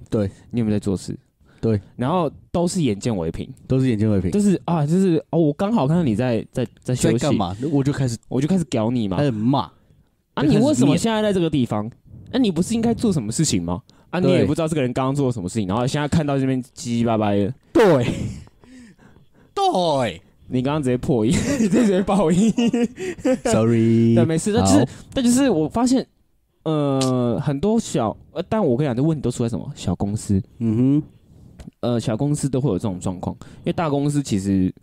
[SPEAKER 3] 对，
[SPEAKER 2] 你有没有在做事？
[SPEAKER 3] 对，
[SPEAKER 2] 然后都是眼见为凭，
[SPEAKER 3] 都是眼见为凭。
[SPEAKER 2] 就是啊，就是哦，我刚好看到你在在在
[SPEAKER 3] 在
[SPEAKER 2] 休息
[SPEAKER 3] 干，嘛？我就开始
[SPEAKER 2] 我就开始屌你嘛
[SPEAKER 3] 开。始骂。
[SPEAKER 2] 啊，
[SPEAKER 3] 就
[SPEAKER 2] 你
[SPEAKER 3] 开始
[SPEAKER 2] 为什么
[SPEAKER 3] 念
[SPEAKER 2] 现在在这个地方？那、你不是应该做什么事情吗？啊，你
[SPEAKER 3] 对
[SPEAKER 2] 也不知道这个人刚刚做了什么事情，然后现在看到这边唧唧巴巴的，
[SPEAKER 3] 对，对
[SPEAKER 2] 你刚刚直接破音， 你直接爆音，
[SPEAKER 3] ，sorry，
[SPEAKER 2] 对，没事，那就是
[SPEAKER 3] 好，
[SPEAKER 2] 但就是我发现，呃，很多小，呃，但我跟你讲，这问题都出在什么？小公司，
[SPEAKER 3] 嗯哼，
[SPEAKER 2] 呃，小公司都会有这种状况，因为大公司其实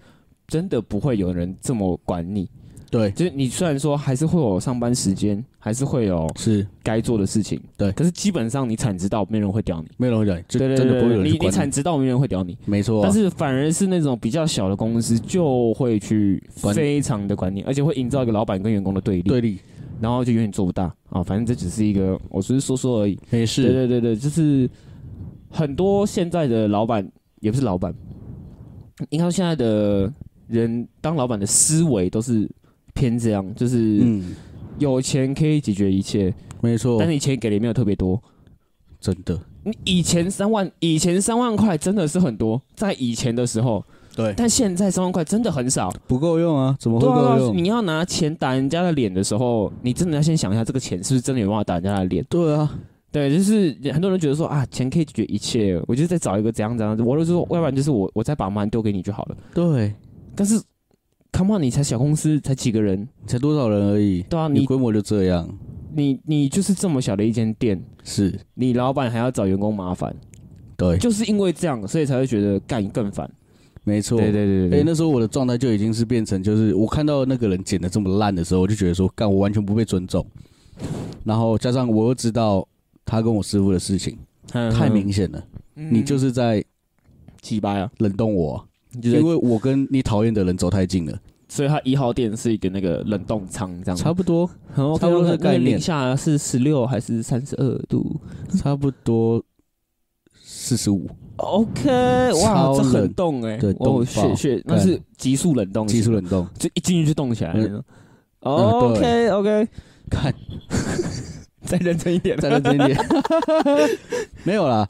[SPEAKER 2] 真的不会有人这么管你，
[SPEAKER 3] 对，
[SPEAKER 2] 就是你虽然说还是会有上班时间，还是会有
[SPEAKER 3] 是
[SPEAKER 2] 该做的事情，
[SPEAKER 3] 对
[SPEAKER 2] 可是基本上你产值到，没人会屌你。
[SPEAKER 3] 没有人会讲，就
[SPEAKER 2] 对对
[SPEAKER 3] 真的
[SPEAKER 2] 对
[SPEAKER 3] 不会
[SPEAKER 2] 对，
[SPEAKER 3] 有人
[SPEAKER 2] 你
[SPEAKER 3] 去
[SPEAKER 2] 你
[SPEAKER 3] 管
[SPEAKER 2] 产
[SPEAKER 3] 你，
[SPEAKER 2] 值到没人会屌你，
[SPEAKER 3] 没错啊，
[SPEAKER 2] 但是反而是那种比较小的公司就会去
[SPEAKER 3] 管你
[SPEAKER 2] 非常的管你，而且会营造一个老板跟员工的对立，
[SPEAKER 3] 对立
[SPEAKER 2] 然后就永远做不大啊。反正这只是一个，我只是说说而已。
[SPEAKER 3] 没
[SPEAKER 2] 对
[SPEAKER 3] 事，
[SPEAKER 2] 对对对，就是很多现在的老板也不是老板，应该说现在的人当老板的思维都是偏这样，就是
[SPEAKER 3] 嗯，哦
[SPEAKER 2] 有钱可以解决一切，
[SPEAKER 3] 没错
[SPEAKER 2] 但，你钱给的也没有特别多，
[SPEAKER 3] 真的，
[SPEAKER 2] 你以前三万，以前三万块真的是很多，在以前的时候，
[SPEAKER 3] 对，
[SPEAKER 2] 但现在三万块真的很少。
[SPEAKER 3] 不够用啊，怎么会
[SPEAKER 2] 对啊，
[SPEAKER 3] 够用？
[SPEAKER 2] 你要拿钱打人家的脸的时候，你真的要先想一下，这个钱是不是真的有办法打人家的脸？
[SPEAKER 3] 对啊，
[SPEAKER 2] 对，就是很多人觉得说啊，钱可以解决一切，我就再找一个怎样怎样，我就是说，要不然就是我我再把盘丢给你就好了。
[SPEAKER 3] 对，啊
[SPEAKER 2] 但是，come on，你才小公司，才几个人，
[SPEAKER 3] 才多少人而已，
[SPEAKER 2] 对啊，
[SPEAKER 3] 你
[SPEAKER 2] 你
[SPEAKER 3] 规模就这样，
[SPEAKER 2] 你你就是这么小的一间店，
[SPEAKER 3] 是
[SPEAKER 2] 你老板还要找员工麻烦，
[SPEAKER 3] 对，
[SPEAKER 2] 就是因为这样，所以才会觉得干更烦。
[SPEAKER 3] 没错，
[SPEAKER 2] 对对嗯对对
[SPEAKER 3] 哎、
[SPEAKER 2] 对，
[SPEAKER 3] 那时候我的状态就已经是变成，就是我看到那个人剪的这么烂的时候，我就觉得说，干，我完全不被尊重。然后加上我又知道他跟我师傅的事情，
[SPEAKER 2] 嗯
[SPEAKER 3] 嗯太明显了，你就是在
[SPEAKER 2] 鸡巴呀，
[SPEAKER 3] 冷冻我啊、
[SPEAKER 2] 就是
[SPEAKER 3] 因为我跟你讨厌的人走太近了，
[SPEAKER 2] 所以它一号店是一个那个冷冻仓这样，
[SPEAKER 3] 差不多，
[SPEAKER 2] 然后
[SPEAKER 3] 差不多这个概念
[SPEAKER 2] 零下是十六还是三十二度
[SPEAKER 3] 差不多四十五
[SPEAKER 2] ？OK，哇，
[SPEAKER 3] 超
[SPEAKER 2] 这
[SPEAKER 3] 冷
[SPEAKER 2] 很冻哎、欸，
[SPEAKER 3] 对冻
[SPEAKER 2] 哦，血
[SPEAKER 3] 爆
[SPEAKER 2] 血，那
[SPEAKER 3] 对
[SPEAKER 2] 是急速冷冻，
[SPEAKER 3] 技术冷 冻，
[SPEAKER 2] 就一进去就冻起来了。
[SPEAKER 3] 嗯
[SPEAKER 2] OK
[SPEAKER 3] 对
[SPEAKER 2] OK，
[SPEAKER 3] 看
[SPEAKER 2] 再认真一 点。
[SPEAKER 3] 再认 真一点，没有啦。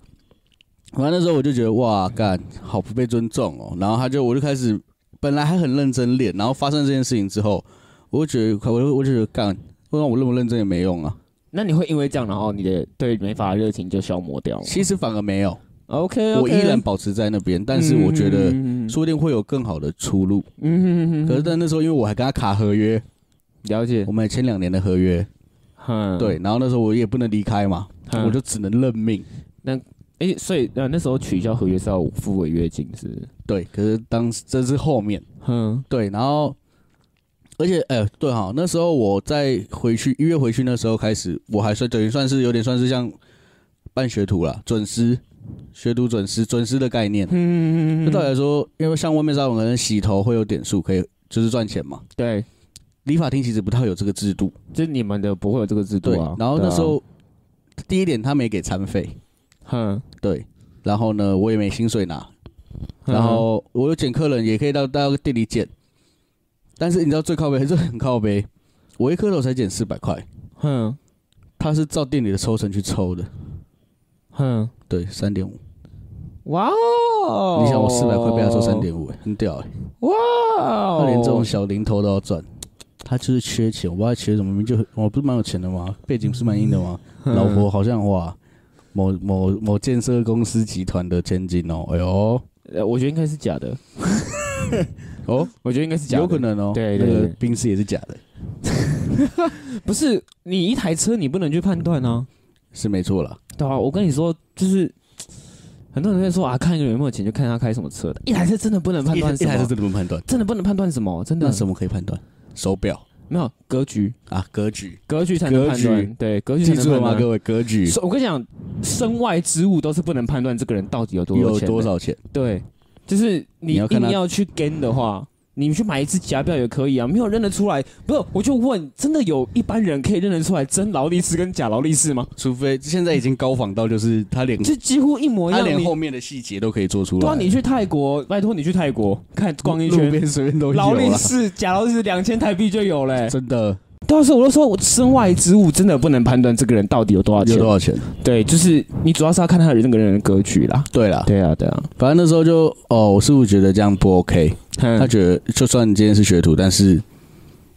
[SPEAKER 3] 完那时候我就觉得哇，干好不被尊重哦。然后他就我就开始，本来还很认真练，然后发生这件事情之后，我就觉得我就我就觉得干，不管我认不认真也没用啊。
[SPEAKER 2] 那你会因为这样，然后你的对美发的热情就消磨掉吗
[SPEAKER 3] 其实反而没有，
[SPEAKER 2] 哦？OK，,
[SPEAKER 3] 我依然保持在那边，但是我觉得
[SPEAKER 2] 嗯
[SPEAKER 3] 说不定会有更好的出路。
[SPEAKER 2] 嗯，
[SPEAKER 3] 可是但那时候因为我还跟他卡合约，
[SPEAKER 2] 了解
[SPEAKER 3] 我，们还签两年的合约，
[SPEAKER 2] 嗯，
[SPEAKER 3] 对，然后那时候我也不能离开嘛，
[SPEAKER 2] 嗯
[SPEAKER 3] 我就只能认命。
[SPEAKER 2] 哎、所以呃那时候取消合约是要付违约金是不是？
[SPEAKER 3] 对，可是当时这是后面
[SPEAKER 2] 嗯，
[SPEAKER 3] 对，然后而且哎、对哈，那时候我在回去一月回去那时候开始，我还算等于算是有点算是像办学徒啦，准师学徒准师准师的概念。
[SPEAKER 2] 嗯
[SPEAKER 3] 那对我来说，因为像外面沙龙可能洗头会有点数，可以就是赚钱嘛。
[SPEAKER 2] 对，
[SPEAKER 3] 理发厅其实不太有这个制度，
[SPEAKER 2] 就是你们的不会有这个制度
[SPEAKER 3] 对。
[SPEAKER 2] 啊。
[SPEAKER 3] 然后那时
[SPEAKER 2] 对
[SPEAKER 3] 候、第一点他没给餐费，
[SPEAKER 2] 啊，哼，
[SPEAKER 3] 对，然后呢我也没薪水拿，
[SPEAKER 2] 嗯
[SPEAKER 3] 然后我有捡客人，也可以到到店里捡。但是你知道最靠背还是很靠背，我一颗头才捡四百块，
[SPEAKER 2] 哼
[SPEAKER 3] 他是照店里的抽成去抽的，
[SPEAKER 2] 哼，
[SPEAKER 3] 对，三点五。
[SPEAKER 2] 哇哦！
[SPEAKER 3] 你想我四百块被他抽三，点五，很屌哎、
[SPEAKER 2] 哇哦！
[SPEAKER 3] 他连这种小零头都要赚，他就是缺钱，我不知道他缺什么，明明就很我不是蛮有钱的吗？背景不是蛮硬的吗？
[SPEAKER 2] 嗯
[SPEAKER 3] 老婆好像哇，某某某建设公司集团的千金哦，哎呦
[SPEAKER 2] 呃，我觉得应该是假的，
[SPEAKER 3] 哦，
[SPEAKER 2] 我觉得应该是假的，
[SPEAKER 3] 有可能哦，
[SPEAKER 2] 对对
[SPEAKER 3] 那个
[SPEAKER 2] 对
[SPEAKER 3] 冰室也是假的，
[SPEAKER 2] 不是你一台车你不能去判断啊。
[SPEAKER 3] 是没错啦。
[SPEAKER 2] 对啊，我跟你说，就是很多人会说啊，看一个人有没有钱，就看他开什么车。一台车真的不能判
[SPEAKER 3] 一
[SPEAKER 2] 断什
[SPEAKER 3] 一
[SPEAKER 2] 么，
[SPEAKER 3] 台是真的不能判断，
[SPEAKER 2] 真的不能判断什么，真的
[SPEAKER 3] 那什么可以判断？手表
[SPEAKER 2] 没有格局，
[SPEAKER 3] 啊，格局，
[SPEAKER 2] 格局才能
[SPEAKER 3] 格
[SPEAKER 2] 判
[SPEAKER 3] 局
[SPEAKER 2] 断。对，格局才
[SPEAKER 3] 记
[SPEAKER 2] 能
[SPEAKER 3] 住了
[SPEAKER 2] 判
[SPEAKER 3] 吗，
[SPEAKER 2] 断。啊
[SPEAKER 3] 各位？格局
[SPEAKER 2] 所以我跟你讲，身外之物都是不能判断这个人到底有多
[SPEAKER 3] 有
[SPEAKER 2] 钱的
[SPEAKER 3] 多。少钱？
[SPEAKER 2] 对，就是你
[SPEAKER 3] 你要看
[SPEAKER 2] 硬
[SPEAKER 3] 他
[SPEAKER 2] 要去跟的话，你去买一只假表也可以啊，没有认得出来。不是，我就问，真的有一般人可以认得出来真劳力士跟假劳力士吗？
[SPEAKER 3] 除非现在已经高仿到，就是他连
[SPEAKER 2] 就几乎一模一
[SPEAKER 3] 嗯他
[SPEAKER 2] 样。
[SPEAKER 3] 连
[SPEAKER 2] 你
[SPEAKER 3] 后面的细节都可以做出来。
[SPEAKER 2] 对啊，你去泰国，拜托你去泰国看逛一
[SPEAKER 3] 路
[SPEAKER 2] 圈，
[SPEAKER 3] 边随便都有啊
[SPEAKER 2] 劳力
[SPEAKER 3] 啦，
[SPEAKER 2] 士、假劳力士两千台币就有嘞、
[SPEAKER 3] 真的
[SPEAKER 2] 到时候我就说，我身外之物真的不能判断这个人到底有多少
[SPEAKER 3] 有
[SPEAKER 2] 钱。
[SPEAKER 3] 多少钱？
[SPEAKER 2] 对，就是你主要是要看他的那个人的格局啦。
[SPEAKER 3] 对啦，
[SPEAKER 2] 对啊，对啊，
[SPEAKER 3] 反正那时候就哦，我师傅觉得这样不 OK，他
[SPEAKER 2] 嗯
[SPEAKER 3] 觉得就算你今天是学徒，但是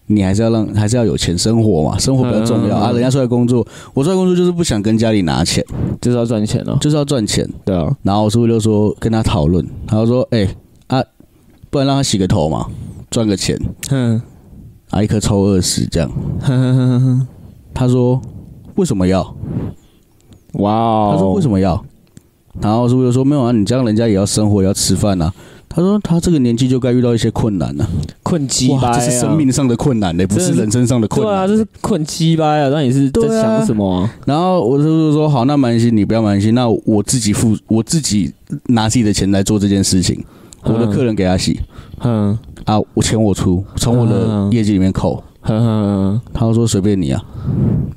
[SPEAKER 3] 你还是要让还是要有钱生活嘛，生活比较重要
[SPEAKER 2] 嗯嗯嗯
[SPEAKER 3] 啊。人家出来工作，我出来工作就是不想跟家里拿钱，
[SPEAKER 2] 就是要赚钱哦。
[SPEAKER 3] 就是要赚钱。
[SPEAKER 2] 对啊，
[SPEAKER 3] 然后我师傅就说跟他讨论，他就说：“哎、啊，不然让他洗个头嘛，赚个钱
[SPEAKER 2] 嗯，
[SPEAKER 3] 啊，一颗抽二十这样。他说：“为什么要？”
[SPEAKER 2] 哦哇哦！
[SPEAKER 3] 他说为什
[SPEAKER 2] 么？
[SPEAKER 3] 么要？然后师傅就说没有啊，你这样人家也要生活，也要吃饭啊。他说他这个年纪就该遇到一些困难了、
[SPEAKER 2] 困鸡巴、
[SPEAKER 3] 哇，
[SPEAKER 2] 啊，
[SPEAKER 3] 这是生命上的困难嘞、欸不
[SPEAKER 2] 真
[SPEAKER 3] 是
[SPEAKER 2] 的是
[SPEAKER 3] 人生上的困
[SPEAKER 2] 对
[SPEAKER 3] 难。
[SPEAKER 2] 啊，这是困鸡巴啊！那你是在
[SPEAKER 3] 对啊
[SPEAKER 2] 想什么、啊？
[SPEAKER 3] 然后我师傅就说好，那蛮心，你不要蛮心，那我自己付，我自己拿自己的钱来做这件事情。我的客人给他洗
[SPEAKER 2] 嗯，
[SPEAKER 3] 啊，我钱我出，从我的
[SPEAKER 2] 嗯
[SPEAKER 3] 业绩里面扣。
[SPEAKER 2] 哼哼
[SPEAKER 3] 他就说随便你啊。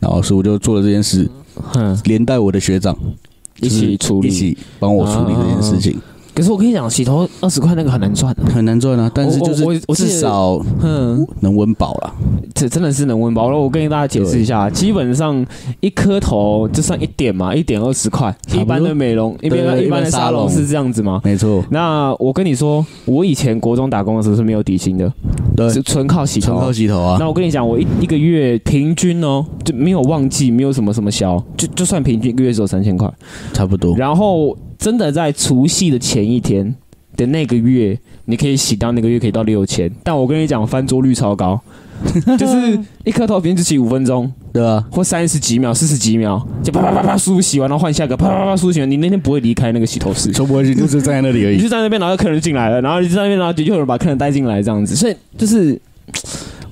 [SPEAKER 3] 然后师傅就做了这件事，
[SPEAKER 2] 哼哼，
[SPEAKER 3] 连带我的学长
[SPEAKER 2] 一
[SPEAKER 3] 就是
[SPEAKER 2] 起处理。啊
[SPEAKER 3] 一起帮我处理这件事情，
[SPEAKER 2] 可是我跟你讲，洗头二十块那个很难赚的、
[SPEAKER 3] 很难赚啊，但是就
[SPEAKER 2] 我我
[SPEAKER 3] 是
[SPEAKER 2] 我记
[SPEAKER 3] 至
[SPEAKER 2] 得
[SPEAKER 3] 少
[SPEAKER 2] 嗯，
[SPEAKER 3] 能温饱啦。
[SPEAKER 2] 这真的是能温饱了。我跟大家解释一下，基本上一颗头就算一点嘛，一点二十块。
[SPEAKER 3] 差
[SPEAKER 2] 一
[SPEAKER 3] 不多
[SPEAKER 2] 般的美容，一
[SPEAKER 3] 对
[SPEAKER 2] 般
[SPEAKER 3] 对
[SPEAKER 2] 一般的
[SPEAKER 3] 一般
[SPEAKER 2] 沙
[SPEAKER 3] 沙
[SPEAKER 2] 龙
[SPEAKER 3] 龙
[SPEAKER 2] 是这样子吗？
[SPEAKER 3] 没错，
[SPEAKER 2] 那我跟你说，我以前国中打工的时候是没有底薪的，
[SPEAKER 3] 对，
[SPEAKER 2] 是纯靠洗
[SPEAKER 3] 纯
[SPEAKER 2] 头
[SPEAKER 3] 靠。洗头啊
[SPEAKER 2] 那，我跟你讲，我一一个月平均哦，就没有忘记，没有什么什么消，就就算平均一个月只有三千块。
[SPEAKER 3] 差不多。
[SPEAKER 2] 然后真的在除夕的前一天的那个月，你可以洗到那个月可以到六千，但我跟你讲，翻桌率超高，就是一颗头平均只洗五分钟
[SPEAKER 3] 对 啊，
[SPEAKER 2] 或三十几秒、四十几秒，就啪啪啪啪舒服洗完，然后换下一个，啪啪啪舒服洗完，你那天不会离开那个洗头室。
[SPEAKER 3] 从不会去，就是站在那里而
[SPEAKER 2] 你
[SPEAKER 3] 已。
[SPEAKER 2] 就在那边，然后客人进来了，然后你就在那边，然后就又有人把客人带进来，这样子，所以就是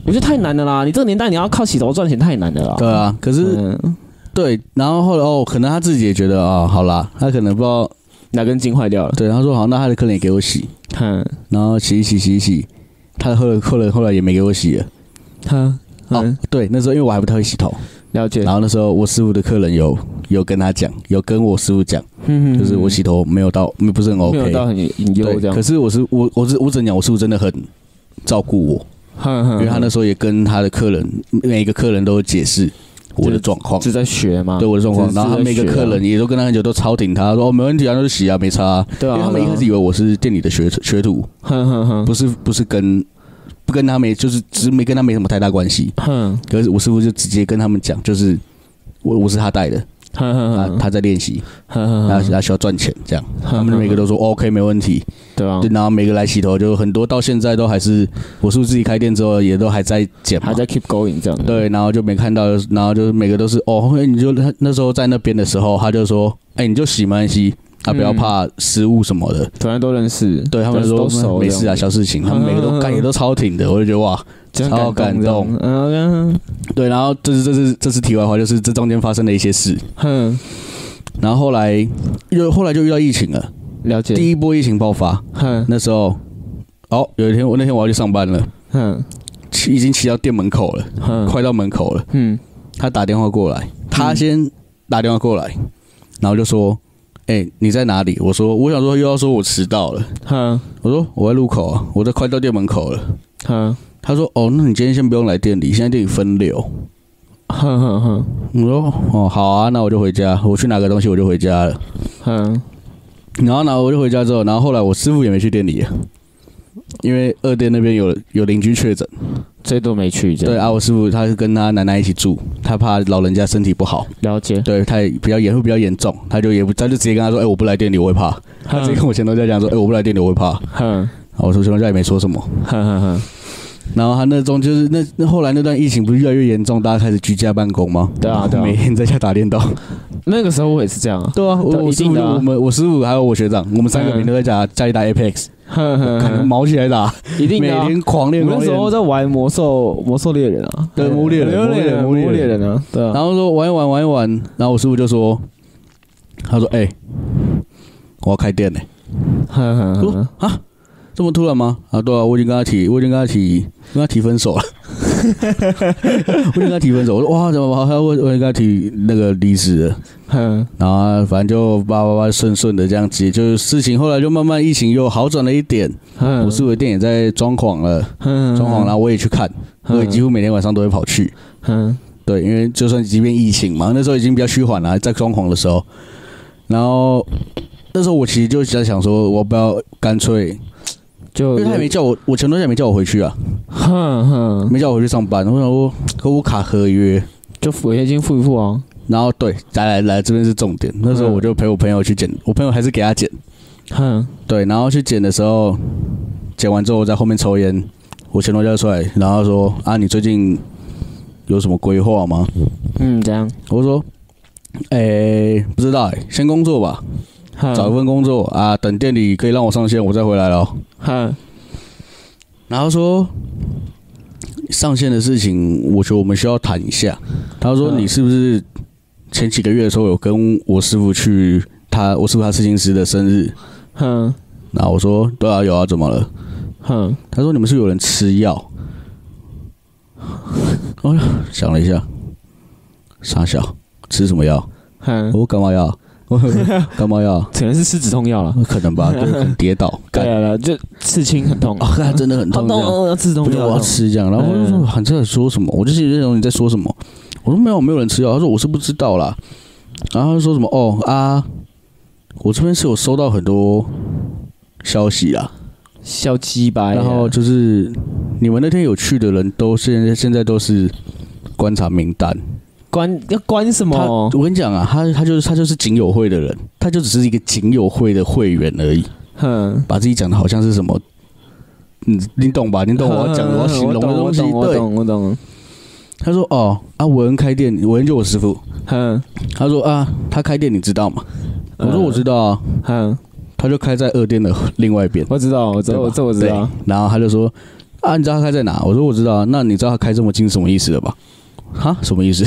[SPEAKER 2] 我觉得太难了啦！你这个年代你要靠洗头赚钱太难了啦。
[SPEAKER 3] 对啊，可是
[SPEAKER 2] 嗯，
[SPEAKER 3] 对，然后后来哦，可能他自己也觉得啊、哦，好啦，他可能不知道
[SPEAKER 2] 哪根筋坏掉了？
[SPEAKER 3] 对，他说好，那他的客人也给我洗，
[SPEAKER 2] 哼
[SPEAKER 3] 然后洗一洗洗一洗，他的后来后来后来也没给我洗了。
[SPEAKER 2] 哼，
[SPEAKER 3] 哦
[SPEAKER 2] 嗯，，
[SPEAKER 3] 对，那时候因为我还不太会洗头，
[SPEAKER 2] 了解
[SPEAKER 3] 然。后那时候我师傅的客人有有跟他讲，有跟我师傅讲，
[SPEAKER 2] 嗯
[SPEAKER 3] 就是我洗头没有到，没有不是很
[SPEAKER 2] 没有
[SPEAKER 3] OK，
[SPEAKER 2] 到很隐忧这
[SPEAKER 3] 对，
[SPEAKER 2] 样
[SPEAKER 3] 可。是我是我我是我只能讲，我师傅真的很照顾我，
[SPEAKER 2] 哼哼，
[SPEAKER 3] 因为他那时候也跟他的客人每一个客人都有解释我的状况。
[SPEAKER 2] 是在学嘛？
[SPEAKER 3] 对我的状况，
[SPEAKER 2] 只是
[SPEAKER 3] 然后他每
[SPEAKER 2] 只
[SPEAKER 3] 个
[SPEAKER 2] 是在学
[SPEAKER 3] 客
[SPEAKER 2] 啊
[SPEAKER 3] 人也都跟他很久，都超挺他，说哦没问题啊，那就洗啊，没差啊、
[SPEAKER 2] 对啊，嗯
[SPEAKER 3] 因为他们一开始
[SPEAKER 2] 对啊
[SPEAKER 3] 以为我是店里的学学徒，
[SPEAKER 2] 哼哼哼
[SPEAKER 3] 不是不是跟不跟他没就是只是没跟他没什么太大关系。
[SPEAKER 2] 哼
[SPEAKER 3] 可是我师傅就直接跟他们讲，就是我我是他带的，
[SPEAKER 2] 哼哼
[SPEAKER 3] 啊他
[SPEAKER 2] 哼
[SPEAKER 3] 他在练习，
[SPEAKER 2] 哼
[SPEAKER 3] 他
[SPEAKER 2] 哼哼，
[SPEAKER 3] 他需要赚钱，这样
[SPEAKER 2] 哼
[SPEAKER 3] 他们每个都说 OK 没问题，
[SPEAKER 2] 对啊
[SPEAKER 3] 对，，然后每个来洗头，就很多到现在都还是我是不是自己开店之后也都还在剪嘛
[SPEAKER 2] 还，在 keep going 这样。，
[SPEAKER 3] 对，然后就没看到，然后就是每个都是哦，后面你就他那时候在那边的时候，他就说，哎、你就洗没关系，啊，不要
[SPEAKER 2] 嗯
[SPEAKER 3] 怕失误什么的。
[SPEAKER 2] 突然都认识，
[SPEAKER 3] 对他们
[SPEAKER 2] 都
[SPEAKER 3] 说
[SPEAKER 2] 都熟嗯
[SPEAKER 3] 没事啊，
[SPEAKER 2] 这
[SPEAKER 3] 小事情，他们每个都干也都超挺的，我就觉得哇，
[SPEAKER 2] 样，这样
[SPEAKER 3] 超感
[SPEAKER 2] 动
[SPEAKER 3] 动。
[SPEAKER 2] 嗯，
[SPEAKER 3] 对，然后这是这是这是题外话，就是这中间发生了一些事，
[SPEAKER 2] 哼，
[SPEAKER 3] 然后后来又后来就遇到疫情了，
[SPEAKER 2] 了解。
[SPEAKER 3] 第一波疫情爆发，
[SPEAKER 2] 哼
[SPEAKER 3] 那时候，哦，有一天我那天我要去上班了，
[SPEAKER 2] 哼
[SPEAKER 3] 骑已经骑到店门口了，
[SPEAKER 2] 哼，
[SPEAKER 3] 快到门口了，
[SPEAKER 2] 嗯
[SPEAKER 3] 他打电话过来，他先打电话过来，然后就说：“哎、你在哪里？”我说：“我想说又要说我迟到了。
[SPEAKER 2] 哼”
[SPEAKER 3] 我说：“我在路口啊，我都快到店门口了。
[SPEAKER 2] 哼”
[SPEAKER 3] 他说：“哦，那你今天先不用来店里，现在店里分流。
[SPEAKER 2] 哼哼哼”
[SPEAKER 3] 我说：“哦，好啊，那我就回家，我去拿个东西我就回家了。
[SPEAKER 2] 哼，”
[SPEAKER 3] 然后呢，我就回家之后，然后后来我师傅也没去店里了，啊因为二店那边有有邻居确诊。
[SPEAKER 2] 这都没去这
[SPEAKER 3] 对
[SPEAKER 2] 样。
[SPEAKER 3] 啊，我师傅他是跟他奶奶一起住，他怕老人家身体不好，
[SPEAKER 2] 了解。
[SPEAKER 3] 对他也比较严会比较严重，他就也不他就直接跟他说：“哎、我不来店里，我会怕。”他
[SPEAKER 2] 嗯
[SPEAKER 3] 直接跟我前东家讲说：“哎、我不来店里，我会怕。
[SPEAKER 2] 哼”
[SPEAKER 3] 然后我说前东家也没说什么。
[SPEAKER 2] 哼哼哼，
[SPEAKER 3] 然后他那中就是那那后来那段疫情不是越来越严重，大家开始居家办公吗？
[SPEAKER 2] 对啊对啊
[SPEAKER 3] 每天在家打电动。
[SPEAKER 2] 那个时候我也是这样啊。
[SPEAKER 3] 对啊，我
[SPEAKER 2] 对
[SPEAKER 3] 我
[SPEAKER 2] 一
[SPEAKER 3] 师
[SPEAKER 2] 定
[SPEAKER 3] 傅
[SPEAKER 2] 的啊
[SPEAKER 3] 我们我师傅还有我学长，我们三个
[SPEAKER 2] 嗯
[SPEAKER 3] 每天都在家家里打 Apex，
[SPEAKER 2] 哼哼
[SPEAKER 3] 可能
[SPEAKER 2] 哼，
[SPEAKER 3] 毛起来打，
[SPEAKER 2] 一定
[SPEAKER 3] 每
[SPEAKER 2] 的啊。
[SPEAKER 3] 天狂练
[SPEAKER 2] 我
[SPEAKER 3] 狂
[SPEAKER 2] 那时候
[SPEAKER 3] 练。
[SPEAKER 2] 在玩魔兽魔兽猎人啊，
[SPEAKER 3] 对魔物猎人
[SPEAKER 2] 魔物猎人，
[SPEAKER 3] 魔物猎人
[SPEAKER 2] 物猎人啊，对啊。
[SPEAKER 3] 然后说玩一玩玩一玩，然后我师傅就说：“他说哎、我要开店呢、
[SPEAKER 2] 哼哼
[SPEAKER 3] 我
[SPEAKER 2] 哼
[SPEAKER 3] 说啊，这么突然吗？啊，对啊，我已经跟他提，我已经跟他提，跟他提分手了。 我已经跟他提分手，我说哇，怎么好？我我已经跟他提那个离职了，
[SPEAKER 2] 哼
[SPEAKER 3] 然后啊反正就叭叭叭顺顺的这样子，就是事情后来就慢慢疫情又好转了一点，
[SPEAKER 2] 哼，
[SPEAKER 3] 我师傅的店也在装潢了，
[SPEAKER 2] 哼
[SPEAKER 3] 装潢，然后我也去看，
[SPEAKER 2] 嗯
[SPEAKER 3] 我也几乎每天晚上都会跑去。
[SPEAKER 2] 哼
[SPEAKER 3] 对，因为就算即便疫情嘛，那时候已经比较趋缓了，在装潢的时候，然后那时候我其实就在想说，我要不要干脆
[SPEAKER 2] 就
[SPEAKER 3] 因为他也没叫我，我前东家也没叫我回去啊，
[SPEAKER 2] 哼哼，
[SPEAKER 3] 没叫我回去上班。我想说，可我卡合约，
[SPEAKER 2] 就付违约金付一付啊，
[SPEAKER 3] 然后对，来来来，这边是重点。那时候我就陪我朋友去剪，我朋友还是给他剪，
[SPEAKER 2] 哼
[SPEAKER 3] 对，然后去剪的时候，剪完之后我在后面抽烟，我前东家就出来，然后说啊，你最近有什么规划吗？
[SPEAKER 2] 嗯这样，
[SPEAKER 3] 我说，哎、不知道、欸，先工作吧，
[SPEAKER 2] 哼
[SPEAKER 3] 找一份工作啊，等店里可以让我上线，我再回来咯。
[SPEAKER 2] 哼
[SPEAKER 3] 然后说上线的事情，我觉得我们需要谈一下。他说
[SPEAKER 2] 嗯
[SPEAKER 3] 你是不是前几个月的时候有跟我师傅去他我师傅他刺青师的生日？
[SPEAKER 2] 哼
[SPEAKER 3] 然后我说对啊有啊怎么了？
[SPEAKER 2] 哼
[SPEAKER 3] 他说你们是不是有人吃药？ 我想了一下，傻笑，吃什么药？
[SPEAKER 2] 哼，
[SPEAKER 3] 我感 冒药，我感冒药，
[SPEAKER 2] 可能是吃止痛药了。
[SPEAKER 3] 可能吧，就是很跌倒，
[SPEAKER 2] 对
[SPEAKER 3] 感
[SPEAKER 2] 了，就刺青很痛
[SPEAKER 3] 啊，，干真的很痛，
[SPEAKER 2] 好
[SPEAKER 3] 这
[SPEAKER 2] 痛
[SPEAKER 3] 样
[SPEAKER 2] 哦，要吃止
[SPEAKER 3] 不
[SPEAKER 2] 痛
[SPEAKER 3] 是
[SPEAKER 2] 药
[SPEAKER 3] 我要
[SPEAKER 2] 了。
[SPEAKER 3] 吃这样，然后我就说
[SPEAKER 2] 嗯
[SPEAKER 3] 喊在说什么，我就是认为你在说什么。我说没有，没有人吃药。他说我是不知道啦。然后他说什么哦啊，我这边是有收到很多消息啊，
[SPEAKER 2] 小鸡啊巴哎呀，
[SPEAKER 3] 然后就是你们那天有去的人都现在现在都是观察名单。
[SPEAKER 2] 关要关什
[SPEAKER 3] 他
[SPEAKER 2] 么？
[SPEAKER 3] 我跟你讲啊，他他就是他就是警友会的人，他就只是一个警友会的会员而已，
[SPEAKER 2] 哼，
[SPEAKER 3] 把自己讲的好像是什么。嗯，你懂吧？你懂我要 讲的我要形容的东西。
[SPEAKER 2] 嗯我
[SPEAKER 3] 对，
[SPEAKER 2] 懂，我懂，
[SPEAKER 3] 他说：“哦，啊，我恩开店，我恩就我师傅。
[SPEAKER 2] 哼”
[SPEAKER 3] 他说：“啊，他开店你知道吗？”
[SPEAKER 2] 嗯
[SPEAKER 3] 我说：“我知道啊。
[SPEAKER 2] 哼，”
[SPEAKER 3] 他就开在二店的另外一边，
[SPEAKER 2] 我知道，我知道，
[SPEAKER 3] 对吧
[SPEAKER 2] 我这我知道。
[SPEAKER 3] 对然后他就说：“啊，你知道他开在哪？”我说：“我知道啊。”那你知道他开这么近是什么意思了吧？哈，什么意思？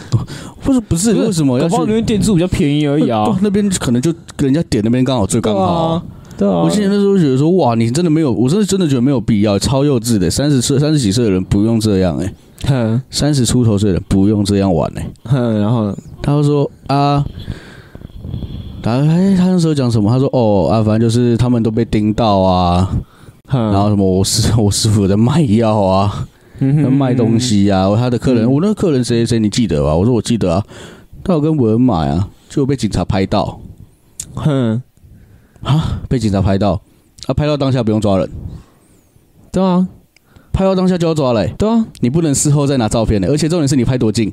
[SPEAKER 3] 不是不是，为什么要
[SPEAKER 2] 搞不好那
[SPEAKER 3] 去？
[SPEAKER 2] 边店租比较便宜而已啊。
[SPEAKER 3] 那边可能就人家点那边刚好 最刚好啊。
[SPEAKER 2] 对啊，
[SPEAKER 3] 我之前那时候觉得说，哇，你真的没有，我真的真的觉得没有必要，超幼稚的。三十岁、三十几岁的人不用这样哎、
[SPEAKER 2] 哼
[SPEAKER 3] 三十出头岁的人不用这样玩哎、
[SPEAKER 2] 哼，然后呢
[SPEAKER 3] 他就说啊，他哎，他那时候讲什么？他说哦啊，反正就是他们都被盯到啊，
[SPEAKER 2] 哼，
[SPEAKER 3] 然后什么我师我师傅有在卖药啊，在
[SPEAKER 2] 嗯
[SPEAKER 3] 卖东，西啊，他的客人，
[SPEAKER 2] 嗯
[SPEAKER 3] 我那个客人谁谁谁你记得吧？我说我记得啊，他有跟我人买啊，结果被警察拍到，
[SPEAKER 2] 哼，
[SPEAKER 3] 被警察拍到，啊，拍到当下不用抓人。
[SPEAKER 2] 对啊，
[SPEAKER 3] 拍到当下就要抓了、欸
[SPEAKER 2] 对啊，
[SPEAKER 3] 你不能事后再拿照片的、而且重点是你拍多近，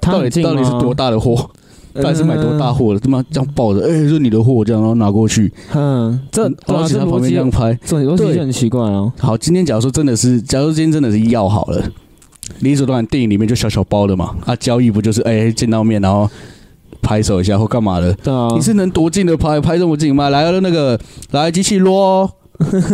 [SPEAKER 2] 他
[SPEAKER 3] 到
[SPEAKER 2] 很
[SPEAKER 3] 底
[SPEAKER 2] 近
[SPEAKER 3] 到底是
[SPEAKER 2] 吗
[SPEAKER 3] 多大的货，
[SPEAKER 2] 嗯
[SPEAKER 3] 到底是买多大货的，他妈这样抱着，哎、这是你的货，这样然后拿过去，
[SPEAKER 2] 哼，这对
[SPEAKER 3] 然
[SPEAKER 2] 啊，
[SPEAKER 3] 后警
[SPEAKER 2] 这
[SPEAKER 3] 察旁
[SPEAKER 2] 逻
[SPEAKER 3] 边这样
[SPEAKER 2] 辑，
[SPEAKER 3] 拍。
[SPEAKER 2] 这逻辑
[SPEAKER 3] 对
[SPEAKER 2] 就很奇怪啊。
[SPEAKER 3] 好，今天假如说真的是，假如说今天真的是要好了，理所当然，电影里面就小小包的嘛，啊，交易不就是哎、见到面然后拍手一下或干嘛的？
[SPEAKER 2] 对啊，
[SPEAKER 3] 你是能多近的拍，拍这么近吗？来了那个，来机器撸哦，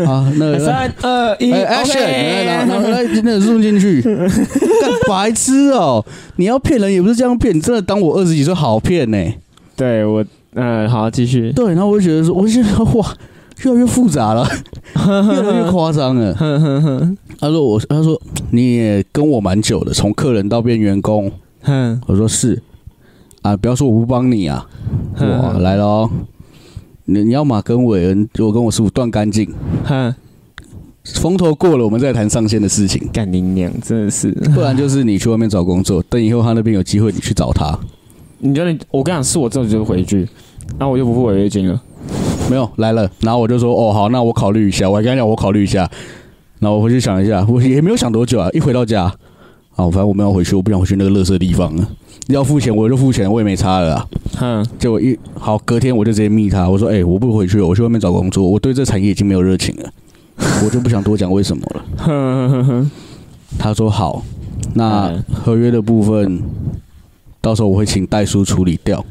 [SPEAKER 3] 啊，那个来
[SPEAKER 2] 三二一
[SPEAKER 3] 哎 action，
[SPEAKER 2] ，OK
[SPEAKER 3] 然后然后然后那入进去，干白痴哦！你要骗人也不是这样骗，你真的当我二十几岁好骗呢、
[SPEAKER 2] 对我，嗯，好，继续。
[SPEAKER 3] 对，然后我就觉得说，我就觉得哇，越来越复杂了，越来越夸张了。
[SPEAKER 2] 哼哼哼
[SPEAKER 3] 他说我，他说你也跟我蛮久的，从客人到变员工，
[SPEAKER 2] 哼，
[SPEAKER 3] 我说是啊，不要说我不帮你啊，哇，
[SPEAKER 2] 哼
[SPEAKER 3] 来了哦，你你要嘛跟韦恩，我跟我师傅断干净，
[SPEAKER 2] 哼，
[SPEAKER 3] 风头过了，我们再谈上线的事情。
[SPEAKER 2] 干你娘，真的是。
[SPEAKER 3] 不然就是你去外面找工作，等以后他那边有机会，你去找他。
[SPEAKER 2] 你觉得你我跟你讲，是我这种就是回一句，那我就不付违约金了。
[SPEAKER 3] 没有来了，然后我就说哦好，那我考虑一下。我还跟他讲我考虑一下，然后我回去想一下，我也没有想多久啊。一回到家，啊，反正我没有回去，我不想回去那个垃圾地方了。要付钱我就付钱，我也没差了啊。
[SPEAKER 2] 哼
[SPEAKER 3] 结果一好，隔天我就直接密他，我说哎、我不回去了，我去外面找工作，我对这产业已经没有热情了，我就不想多讲为什么了。
[SPEAKER 2] 哼哼哼哼，
[SPEAKER 3] 他说好，那
[SPEAKER 2] 嗯
[SPEAKER 3] 合约的部分，到时候我会请代书处理掉。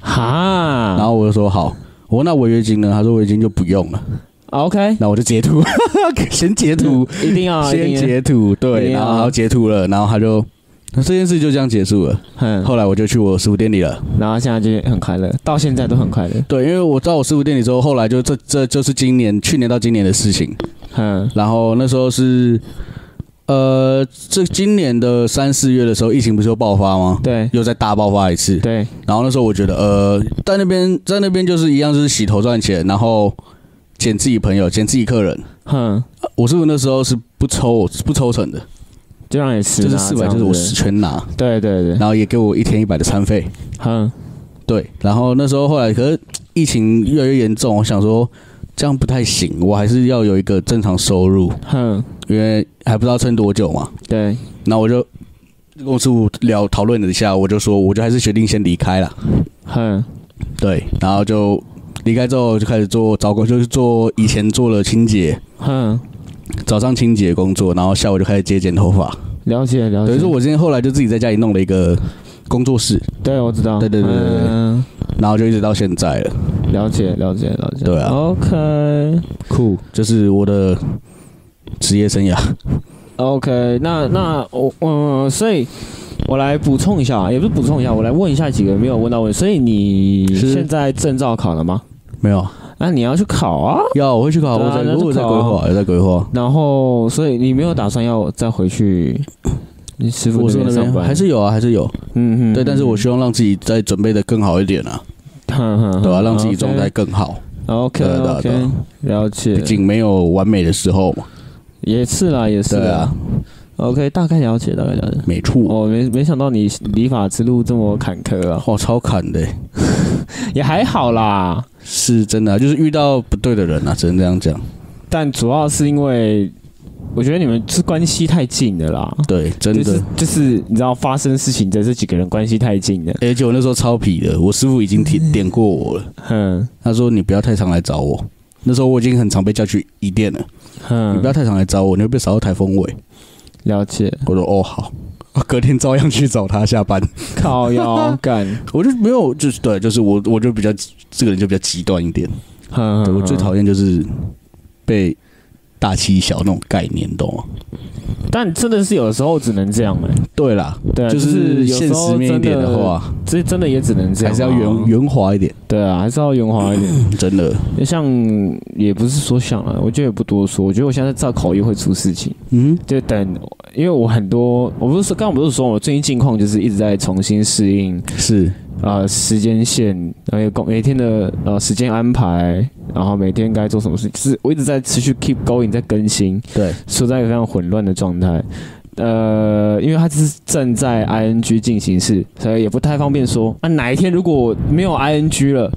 [SPEAKER 2] 哈，啊
[SPEAKER 3] 然后我就说好，我说那违约金呢？他说违约金就不用了，
[SPEAKER 2] OK，
[SPEAKER 3] 那我就截图， 先截图，
[SPEAKER 2] 一定要啊
[SPEAKER 3] 先，
[SPEAKER 2] 嗯一定
[SPEAKER 3] 截图，对，
[SPEAKER 2] 一定
[SPEAKER 3] 然
[SPEAKER 2] 啊
[SPEAKER 3] 后截图了，然后他就。那这件事就这样结束了。
[SPEAKER 2] 要哼，
[SPEAKER 3] 后来我就去我师傅店里了。
[SPEAKER 2] 然后现在就很快乐，到现在都很快乐。
[SPEAKER 3] 对，因为我到我师傅店里之后，后来就这这就是今年去年到今年的事情。
[SPEAKER 2] 哼
[SPEAKER 3] 然后那时候是，呃，这今年的三四月的时候，疫情不是又爆发吗？
[SPEAKER 2] 对
[SPEAKER 3] 又再大爆发一次。
[SPEAKER 2] 对，
[SPEAKER 3] 然后那时候我觉得，呃，在那边在那边就是一样，就是洗头赚钱，然后捡自己朋友，捡自己客人。
[SPEAKER 2] 哼，
[SPEAKER 3] 呃我师傅那时候是不抽不抽成的，
[SPEAKER 2] 就让你吃
[SPEAKER 3] 就
[SPEAKER 2] 啦，
[SPEAKER 3] 是四百，
[SPEAKER 2] 啊这样
[SPEAKER 3] 就
[SPEAKER 2] 子
[SPEAKER 3] 是我全拿，
[SPEAKER 2] 对对对，
[SPEAKER 3] 然后也给我一天一百的餐费。
[SPEAKER 2] 哼
[SPEAKER 3] 对，然后那时候后来可是疫情越来越严重，我想说这样不太行，我还是要有一个正常收入，
[SPEAKER 2] 哼，
[SPEAKER 3] 因为还不知道撑多久嘛。
[SPEAKER 2] 对，
[SPEAKER 3] 然后我就跟我师傅聊讨论了一下，我就说我就还是决定先离开了。
[SPEAKER 2] 哼
[SPEAKER 3] 对，然后就离开之后就开始做找工，就是做以前做了清洁，
[SPEAKER 2] 哼，
[SPEAKER 3] 早上清洁工作，然后下午就开始接剪头发。
[SPEAKER 2] 了解了解。
[SPEAKER 3] 等于说，我今天后来就自己在家里弄了一个工作室，
[SPEAKER 2] 对我知道，
[SPEAKER 3] 对对对对对
[SPEAKER 2] 嗯
[SPEAKER 3] 然后就一直到现在了。
[SPEAKER 2] 了解了解了解。
[SPEAKER 3] 对啊
[SPEAKER 2] ，OK。
[SPEAKER 3] 酷，就是我的职业生涯。
[SPEAKER 2] OK，那那我嗯，所以我来补充一下，也不是补充一下，我来问一下几个没有问到问。所以你
[SPEAKER 3] 是
[SPEAKER 2] 现在证照考了吗？
[SPEAKER 3] 没有，
[SPEAKER 2] 那、你要去考啊，
[SPEAKER 3] 要我会去考，
[SPEAKER 2] 对啊
[SPEAKER 3] 我在
[SPEAKER 2] 那就
[SPEAKER 3] 我在
[SPEAKER 2] 考
[SPEAKER 3] 规
[SPEAKER 2] 啊
[SPEAKER 3] 划，有在规划。
[SPEAKER 2] 然后所以你没有打算要再回去你师傅
[SPEAKER 3] 我说那
[SPEAKER 2] 上
[SPEAKER 3] 边
[SPEAKER 2] 班？
[SPEAKER 3] 还是有啊，还是有。
[SPEAKER 2] 嗯嗯，
[SPEAKER 3] 对，但是我希望让自己再准备的更好一点啊，对
[SPEAKER 2] 对
[SPEAKER 3] 吧？让自己状态更好，
[SPEAKER 2] OK
[SPEAKER 3] 对啊对
[SPEAKER 2] OK，,
[SPEAKER 3] 啊对啊
[SPEAKER 2] 了解
[SPEAKER 3] 毕，竟没有完美的时候嘛。
[SPEAKER 2] 也是啦，也是
[SPEAKER 3] 对
[SPEAKER 2] 啦
[SPEAKER 3] 啊。，
[SPEAKER 2] OK，大概了解，大概了解。
[SPEAKER 3] 没错。
[SPEAKER 2] 我、没没想到你理发之路这么坎坷啊，
[SPEAKER 3] 哇，超砍的欸，
[SPEAKER 2] 也还好啦。
[SPEAKER 3] 是真的啊、就是遇到不对的人啊，只能这样讲。
[SPEAKER 2] 但主要是因为我觉得你们是关系太近的啦，
[SPEAKER 3] 对，真
[SPEAKER 2] 就
[SPEAKER 3] 的
[SPEAKER 2] 是。就是你知道发生事情的这几个人关系太近了，
[SPEAKER 3] 而且我哎那时候超皮的，我师傅已经点点过我了，
[SPEAKER 2] 哼
[SPEAKER 3] 他说你不要太常来找我。那时候我已经很常被叫去一店了，你
[SPEAKER 2] 哼
[SPEAKER 3] 不，要太常来找我，你会被扫到台风尾。
[SPEAKER 2] 了解，
[SPEAKER 3] 我说哦好，隔天照样去找他下班。
[SPEAKER 2] 靠腰干，
[SPEAKER 3] 我就没有，就是对，就是我，我就比
[SPEAKER 2] 嗯
[SPEAKER 3] 较这个人就比较极端一点。
[SPEAKER 2] 哼
[SPEAKER 3] 对我最讨厌就是被大欺小那种概念，懂吗？
[SPEAKER 2] 但真的是有时候只能这样哎、
[SPEAKER 3] 对啦，
[SPEAKER 2] 对啊
[SPEAKER 3] 就
[SPEAKER 2] 就是有
[SPEAKER 3] 是
[SPEAKER 2] 时
[SPEAKER 3] 现
[SPEAKER 2] 候
[SPEAKER 3] 实面一点的话，
[SPEAKER 2] 这真的也只能这样、啊
[SPEAKER 3] 还是要圆。圆滑一点，嗯
[SPEAKER 2] 对啊，还是要圆滑一点。
[SPEAKER 3] 真的。
[SPEAKER 2] 像也不是说想了，我觉得也不多说。我觉得我现在造口译会出事情，
[SPEAKER 3] 嗯，
[SPEAKER 2] 就等，因为我很多，我不是说刚刚不是说我最近近况就是一直在重新适应
[SPEAKER 3] 是
[SPEAKER 2] 呃时间线，还有工每天的呃时间安排，然后每天该做什么事，就是我一直在持续 keep going 在更新，
[SPEAKER 3] 对，
[SPEAKER 2] 处在一个非常混乱的状态。呃，因为它是正在 ing 进行式，所以也不太方便说。那、哪一天如果没有 ing 了，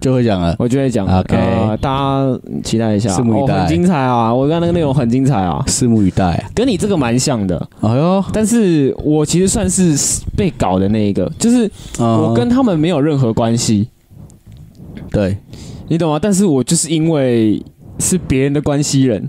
[SPEAKER 3] 就会讲了。
[SPEAKER 2] 我就会讲。
[SPEAKER 3] OK
[SPEAKER 2] 呃大家期待一下，
[SPEAKER 3] 拭目以待
[SPEAKER 2] 哦很精彩啊！我刚刚那个内容很精彩啊，
[SPEAKER 3] 拭目以待啊。
[SPEAKER 2] 跟你这个蛮像的。
[SPEAKER 3] 哎呦，
[SPEAKER 2] 但是我其实算是被搞的那一个，就是我
[SPEAKER 3] 嗯
[SPEAKER 2] 跟他们没有任何关系，
[SPEAKER 3] 对
[SPEAKER 2] 你懂吗？但是我就是因为是别人的关系人，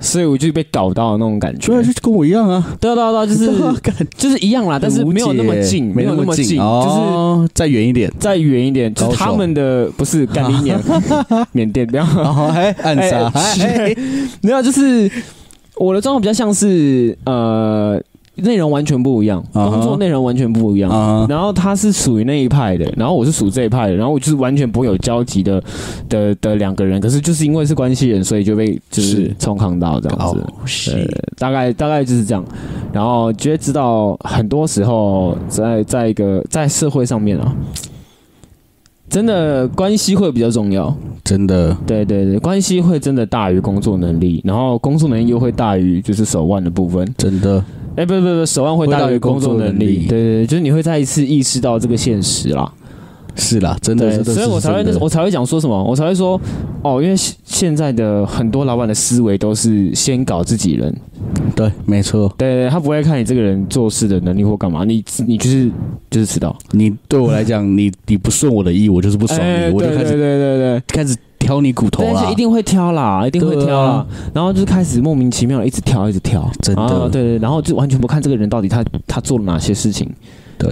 [SPEAKER 2] 所以我就被搞到的那种感觉。
[SPEAKER 3] 对啊，就跟我一样啊，
[SPEAKER 2] 对啊对啊对啊，就是
[SPEAKER 3] 对啊 干
[SPEAKER 2] 就是一样啦，但是
[SPEAKER 3] 很无
[SPEAKER 2] 没有那么
[SPEAKER 3] 解
[SPEAKER 2] 近，没
[SPEAKER 3] 没
[SPEAKER 2] 有那
[SPEAKER 3] 么
[SPEAKER 2] 么近，就是
[SPEAKER 3] 哦，再 远一点。
[SPEAKER 2] 再远一点，就是
[SPEAKER 3] 高
[SPEAKER 2] 他
[SPEAKER 3] 手
[SPEAKER 2] 们的不是干你 娘 缅甸不要，
[SPEAKER 3] 哦，哎，暗杀，
[SPEAKER 2] 哎
[SPEAKER 3] 哎，
[SPEAKER 2] 没有，啊就是我的状况比较像是呃，内容完全不一样，
[SPEAKER 3] 啊哈
[SPEAKER 2] 工作内容完全不一样。
[SPEAKER 3] 啊，
[SPEAKER 2] 然后他是属于那一派的，然后我是属这一派的，然后我就是完全不会有交集的的的两个人，可是就是因为是关系人，所以就被就是
[SPEAKER 3] 是
[SPEAKER 2] 冲康到这样子。
[SPEAKER 3] 哦，是
[SPEAKER 2] 呃，大概大概就是这样。然后就会知道，很多时候在在一个在社会上面啊，真的关系会比较重要。
[SPEAKER 3] 真的，
[SPEAKER 2] 对对对，关系会真的大于工作能力，然后工作能力又会大于就是手腕的部分。
[SPEAKER 3] 真的，
[SPEAKER 2] 哎，不不不，手腕会大于工作能力。
[SPEAKER 3] 会大于工作能力
[SPEAKER 2] 对对对，就是你会再一次意识到这个现实啦。
[SPEAKER 3] 是啦，真的，
[SPEAKER 2] 对，
[SPEAKER 3] 这都是
[SPEAKER 2] 所以我才会
[SPEAKER 3] 真的
[SPEAKER 2] 我才会讲说什么，我才会说哦，因为现现在的很多老板的思维都是先搞自己人，
[SPEAKER 3] 对，没错，
[SPEAKER 2] 对对，他不会看你这个人做事的能力或干嘛，你你就是就是迟到，
[SPEAKER 3] 你对我来讲，你你不顺我的意，我就是不
[SPEAKER 2] 不
[SPEAKER 3] 爽
[SPEAKER 2] 哎、
[SPEAKER 3] 你，我就
[SPEAKER 2] 对
[SPEAKER 3] 开
[SPEAKER 2] 对
[SPEAKER 3] 始
[SPEAKER 2] 对对对。
[SPEAKER 3] 开始挑你骨头啊
[SPEAKER 2] 对，而且
[SPEAKER 3] 啦
[SPEAKER 2] 一。定会挑啦，一定会挑啦，
[SPEAKER 3] 对啊
[SPEAKER 2] 啊然后就开始莫名其妙地一直挑，一直挑，
[SPEAKER 3] 真的
[SPEAKER 2] 然后啊对对，然后就完全不看这个人到底他他做了哪些事情，
[SPEAKER 3] 对，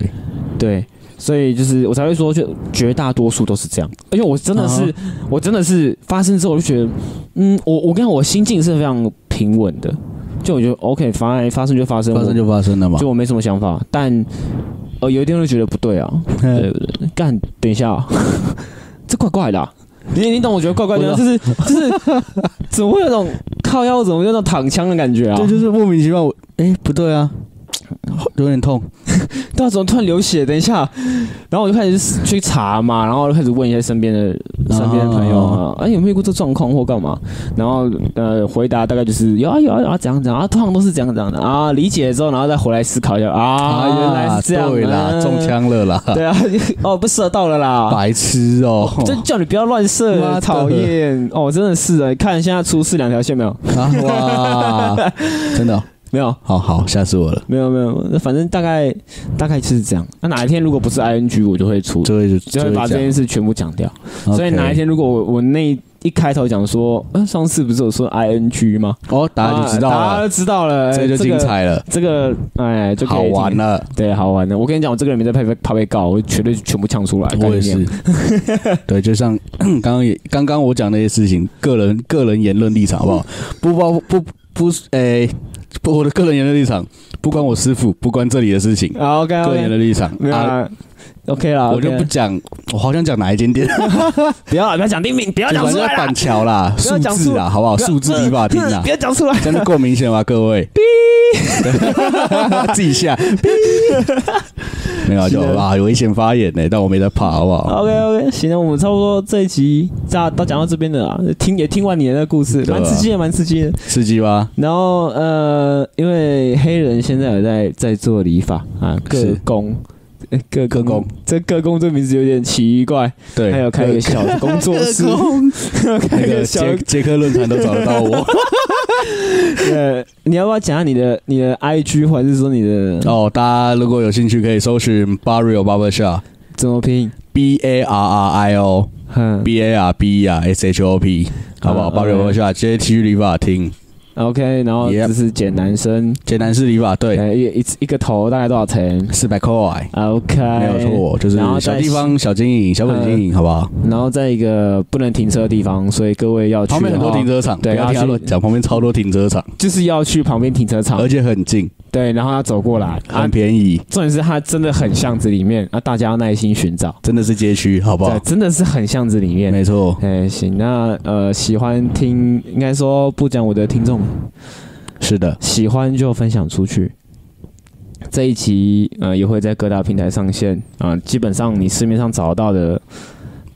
[SPEAKER 2] 对，所以就是我才会说，就绝大多数都是这样。而且我真的是，
[SPEAKER 3] 啊
[SPEAKER 2] 我真的是发生之后，我就觉得，嗯，我我跟你讲，我心境是非常平稳的，就我觉得 OK，反正发生就发生，
[SPEAKER 3] 发生就发生了嘛
[SPEAKER 2] 我。就我没什么想法。但呃，有一天我就觉得不对啊，对不对？干，等一下、啊， 这怪怪的啊、你你懂我觉得怪怪的啊，
[SPEAKER 3] 我
[SPEAKER 2] 就是就是， 怎么会有种靠腰，怎么有那种躺枪的感觉啊？
[SPEAKER 3] 这就是莫名其妙，我哎，不对啊，有点痛。
[SPEAKER 2] 对啊，怎么突然流血？等一下，然后我就开始去查嘛，然后就开始问一些身边的身边的朋友啊，哎、有没有遇过这状况或干嘛？然后呃，回答大概就是有啊有啊有啊，怎样怎样啊，通常都是这样这样的啊。理解之后，然后再回来思考一下啊，原来是这样
[SPEAKER 3] 对啦，
[SPEAKER 2] 嗯
[SPEAKER 3] 中枪了啦，
[SPEAKER 2] 对啊， 哦，被射到了 啦。
[SPEAKER 3] 白痴哦，
[SPEAKER 2] 就叫你不要乱射，
[SPEAKER 3] 妈的
[SPEAKER 2] 讨厌哦！真的是的，看现在出事两条线没有？
[SPEAKER 3] 啊哇，真的哦，
[SPEAKER 2] 没有，
[SPEAKER 3] 好好吓死我了，
[SPEAKER 2] 没有，没有，反正大概大概就是这样。那哪一天如果不是 ing，我就会出，
[SPEAKER 3] 就会
[SPEAKER 2] 就会把这件事全部讲掉。
[SPEAKER 3] 讲
[SPEAKER 2] 所以哪一
[SPEAKER 3] OK
[SPEAKER 2] 天如果我我那一开头讲说，呃，上次不是有说 ing 吗？
[SPEAKER 3] 哦，大家就知道
[SPEAKER 2] 啊大家
[SPEAKER 3] 了，
[SPEAKER 2] 都知道了，
[SPEAKER 3] 这
[SPEAKER 2] 哎
[SPEAKER 3] 就精。彩了，
[SPEAKER 2] 这个这个哎，就可以
[SPEAKER 3] 好玩
[SPEAKER 2] 听，
[SPEAKER 3] 了。
[SPEAKER 2] 对，好玩的。我跟你讲，我这个人没在怕被怕被告，我绝对全部呛出来。
[SPEAKER 3] 我也
[SPEAKER 2] 概
[SPEAKER 3] 是
[SPEAKER 2] 念，
[SPEAKER 3] 对，就像 刚刚也刚刚我讲那些事情，个人个人言论立场好不好？
[SPEAKER 2] 嗯
[SPEAKER 3] 不包不不，诶、不我的个人言论立场不关我师傅，不关这里的事情，
[SPEAKER 2] 啊，OK
[SPEAKER 3] 个人言
[SPEAKER 2] OK，
[SPEAKER 3] 论立场
[SPEAKER 2] 没有
[SPEAKER 3] 啊，
[SPEAKER 2] 啦，OK 啦，
[SPEAKER 3] 我就
[SPEAKER 2] OK
[SPEAKER 3] 不讲，我好想讲哪一间店，
[SPEAKER 2] 不要啦不要讲地名，不要
[SPEAKER 3] 反
[SPEAKER 2] 讲
[SPEAKER 3] 正
[SPEAKER 2] 出来啦
[SPEAKER 3] 板，桥啦，
[SPEAKER 2] 不要
[SPEAKER 3] 数
[SPEAKER 2] 讲
[SPEAKER 3] 字
[SPEAKER 2] 出
[SPEAKER 3] 啦，好不好？
[SPEAKER 2] 不要
[SPEAKER 3] 数字
[SPEAKER 2] 嗯
[SPEAKER 3] 理法庭
[SPEAKER 2] 嗯
[SPEAKER 3] 啦
[SPEAKER 2] 不，要讲出来。
[SPEAKER 3] 这样就够明显了吧，各位？对 自己下，没有啊就啊，有危险发言呢、但我没在怕，好不 好？
[SPEAKER 2] OK OK，行了，我们差不多这一集大到讲到这边的啦，听也听完你的那个故事，
[SPEAKER 3] 对啊
[SPEAKER 2] 蛮刺激的，蛮刺激的。
[SPEAKER 3] 刺激吧？
[SPEAKER 2] 然后呃，因为黑人现在有在在做理发啊，各
[SPEAKER 3] 是
[SPEAKER 2] 工。呃各
[SPEAKER 3] 各工，
[SPEAKER 2] 这各工这名字有点奇怪，
[SPEAKER 3] 对，
[SPEAKER 2] 还有开一个小的工作室，开
[SPEAKER 3] 那
[SPEAKER 2] 一
[SPEAKER 3] 个
[SPEAKER 2] 个小
[SPEAKER 3] 杰杰克论坛都找得到 我
[SPEAKER 2] 呃，你要不要讲下你的你的 IG 或者是说你的
[SPEAKER 3] 哦。大家如果有兴趣，可以搜寻 Barrio Barber Shop
[SPEAKER 2] 怎么拼？
[SPEAKER 3] B A R R I O
[SPEAKER 2] 嗯，
[SPEAKER 3] B A R B E R S H O P，好不好哎
[SPEAKER 2] 嗯
[SPEAKER 3] ？Barrio Barber Shop 街区理发厅，
[SPEAKER 2] OK，然后
[SPEAKER 3] Yep
[SPEAKER 2] 这是剪男生，
[SPEAKER 3] 简单是理发，对，
[SPEAKER 2] 哎，一一一个头大概多少钱
[SPEAKER 3] 四百块，
[SPEAKER 2] ？OK，
[SPEAKER 3] 没有错，就是嗯
[SPEAKER 2] 然后
[SPEAKER 3] 小
[SPEAKER 2] 再
[SPEAKER 3] 地方小经营，小本经营，好不好？
[SPEAKER 2] 然后在一个不能停车的地方，所以各位要去
[SPEAKER 3] 旁边很多
[SPEAKER 2] 的话
[SPEAKER 3] 啊停，车场，
[SPEAKER 2] 对
[SPEAKER 3] 不要听他
[SPEAKER 2] 要去
[SPEAKER 3] 乱讲，旁边超多停车场，
[SPEAKER 2] 就是要去旁边停车场
[SPEAKER 3] 而，且很近，
[SPEAKER 2] 对，然后要走过来。啊
[SPEAKER 3] 很，便宜，
[SPEAKER 2] 重点是它真的很巷子里面，啊，大家要耐心寻找，
[SPEAKER 3] 真的是街区，好不
[SPEAKER 2] 对
[SPEAKER 3] 好，？
[SPEAKER 2] 真的是很巷子里面。
[SPEAKER 3] 没错，
[SPEAKER 2] 哎，行，那呃，喜欢听，应该说不讲我的听众，
[SPEAKER 3] 是的，
[SPEAKER 2] 喜欢就分享出去。这一集呃也会在各大平台上线啊、基本上你市面上找得到的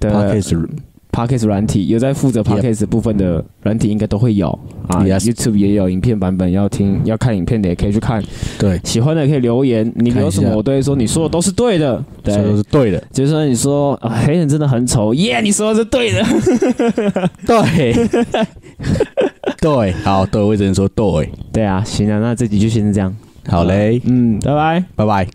[SPEAKER 3] p o d c
[SPEAKER 2] 的
[SPEAKER 3] a s
[SPEAKER 2] Podcast 软体，有在负责
[SPEAKER 3] Yep
[SPEAKER 2] Podcast 部分的软体应该都会有啊
[SPEAKER 3] Yes
[SPEAKER 2] YouTube 也有影片版本，要听要看影片的也可以去看，
[SPEAKER 3] 对，
[SPEAKER 2] 喜欢的可以留言，你
[SPEAKER 3] 看一
[SPEAKER 2] 留什么
[SPEAKER 3] 下
[SPEAKER 2] 我都会说你说的都是对的，对
[SPEAKER 3] 所，以都是对的，
[SPEAKER 2] 就是说你说、啊、黑人真的很丑，耶、你说的是对的，
[SPEAKER 3] 对，对，好，对，我只能说对，
[SPEAKER 2] 对啊，行啊，那这集就先是这样，
[SPEAKER 3] 好嘞，
[SPEAKER 2] 嗯，拜拜。
[SPEAKER 3] 拜拜。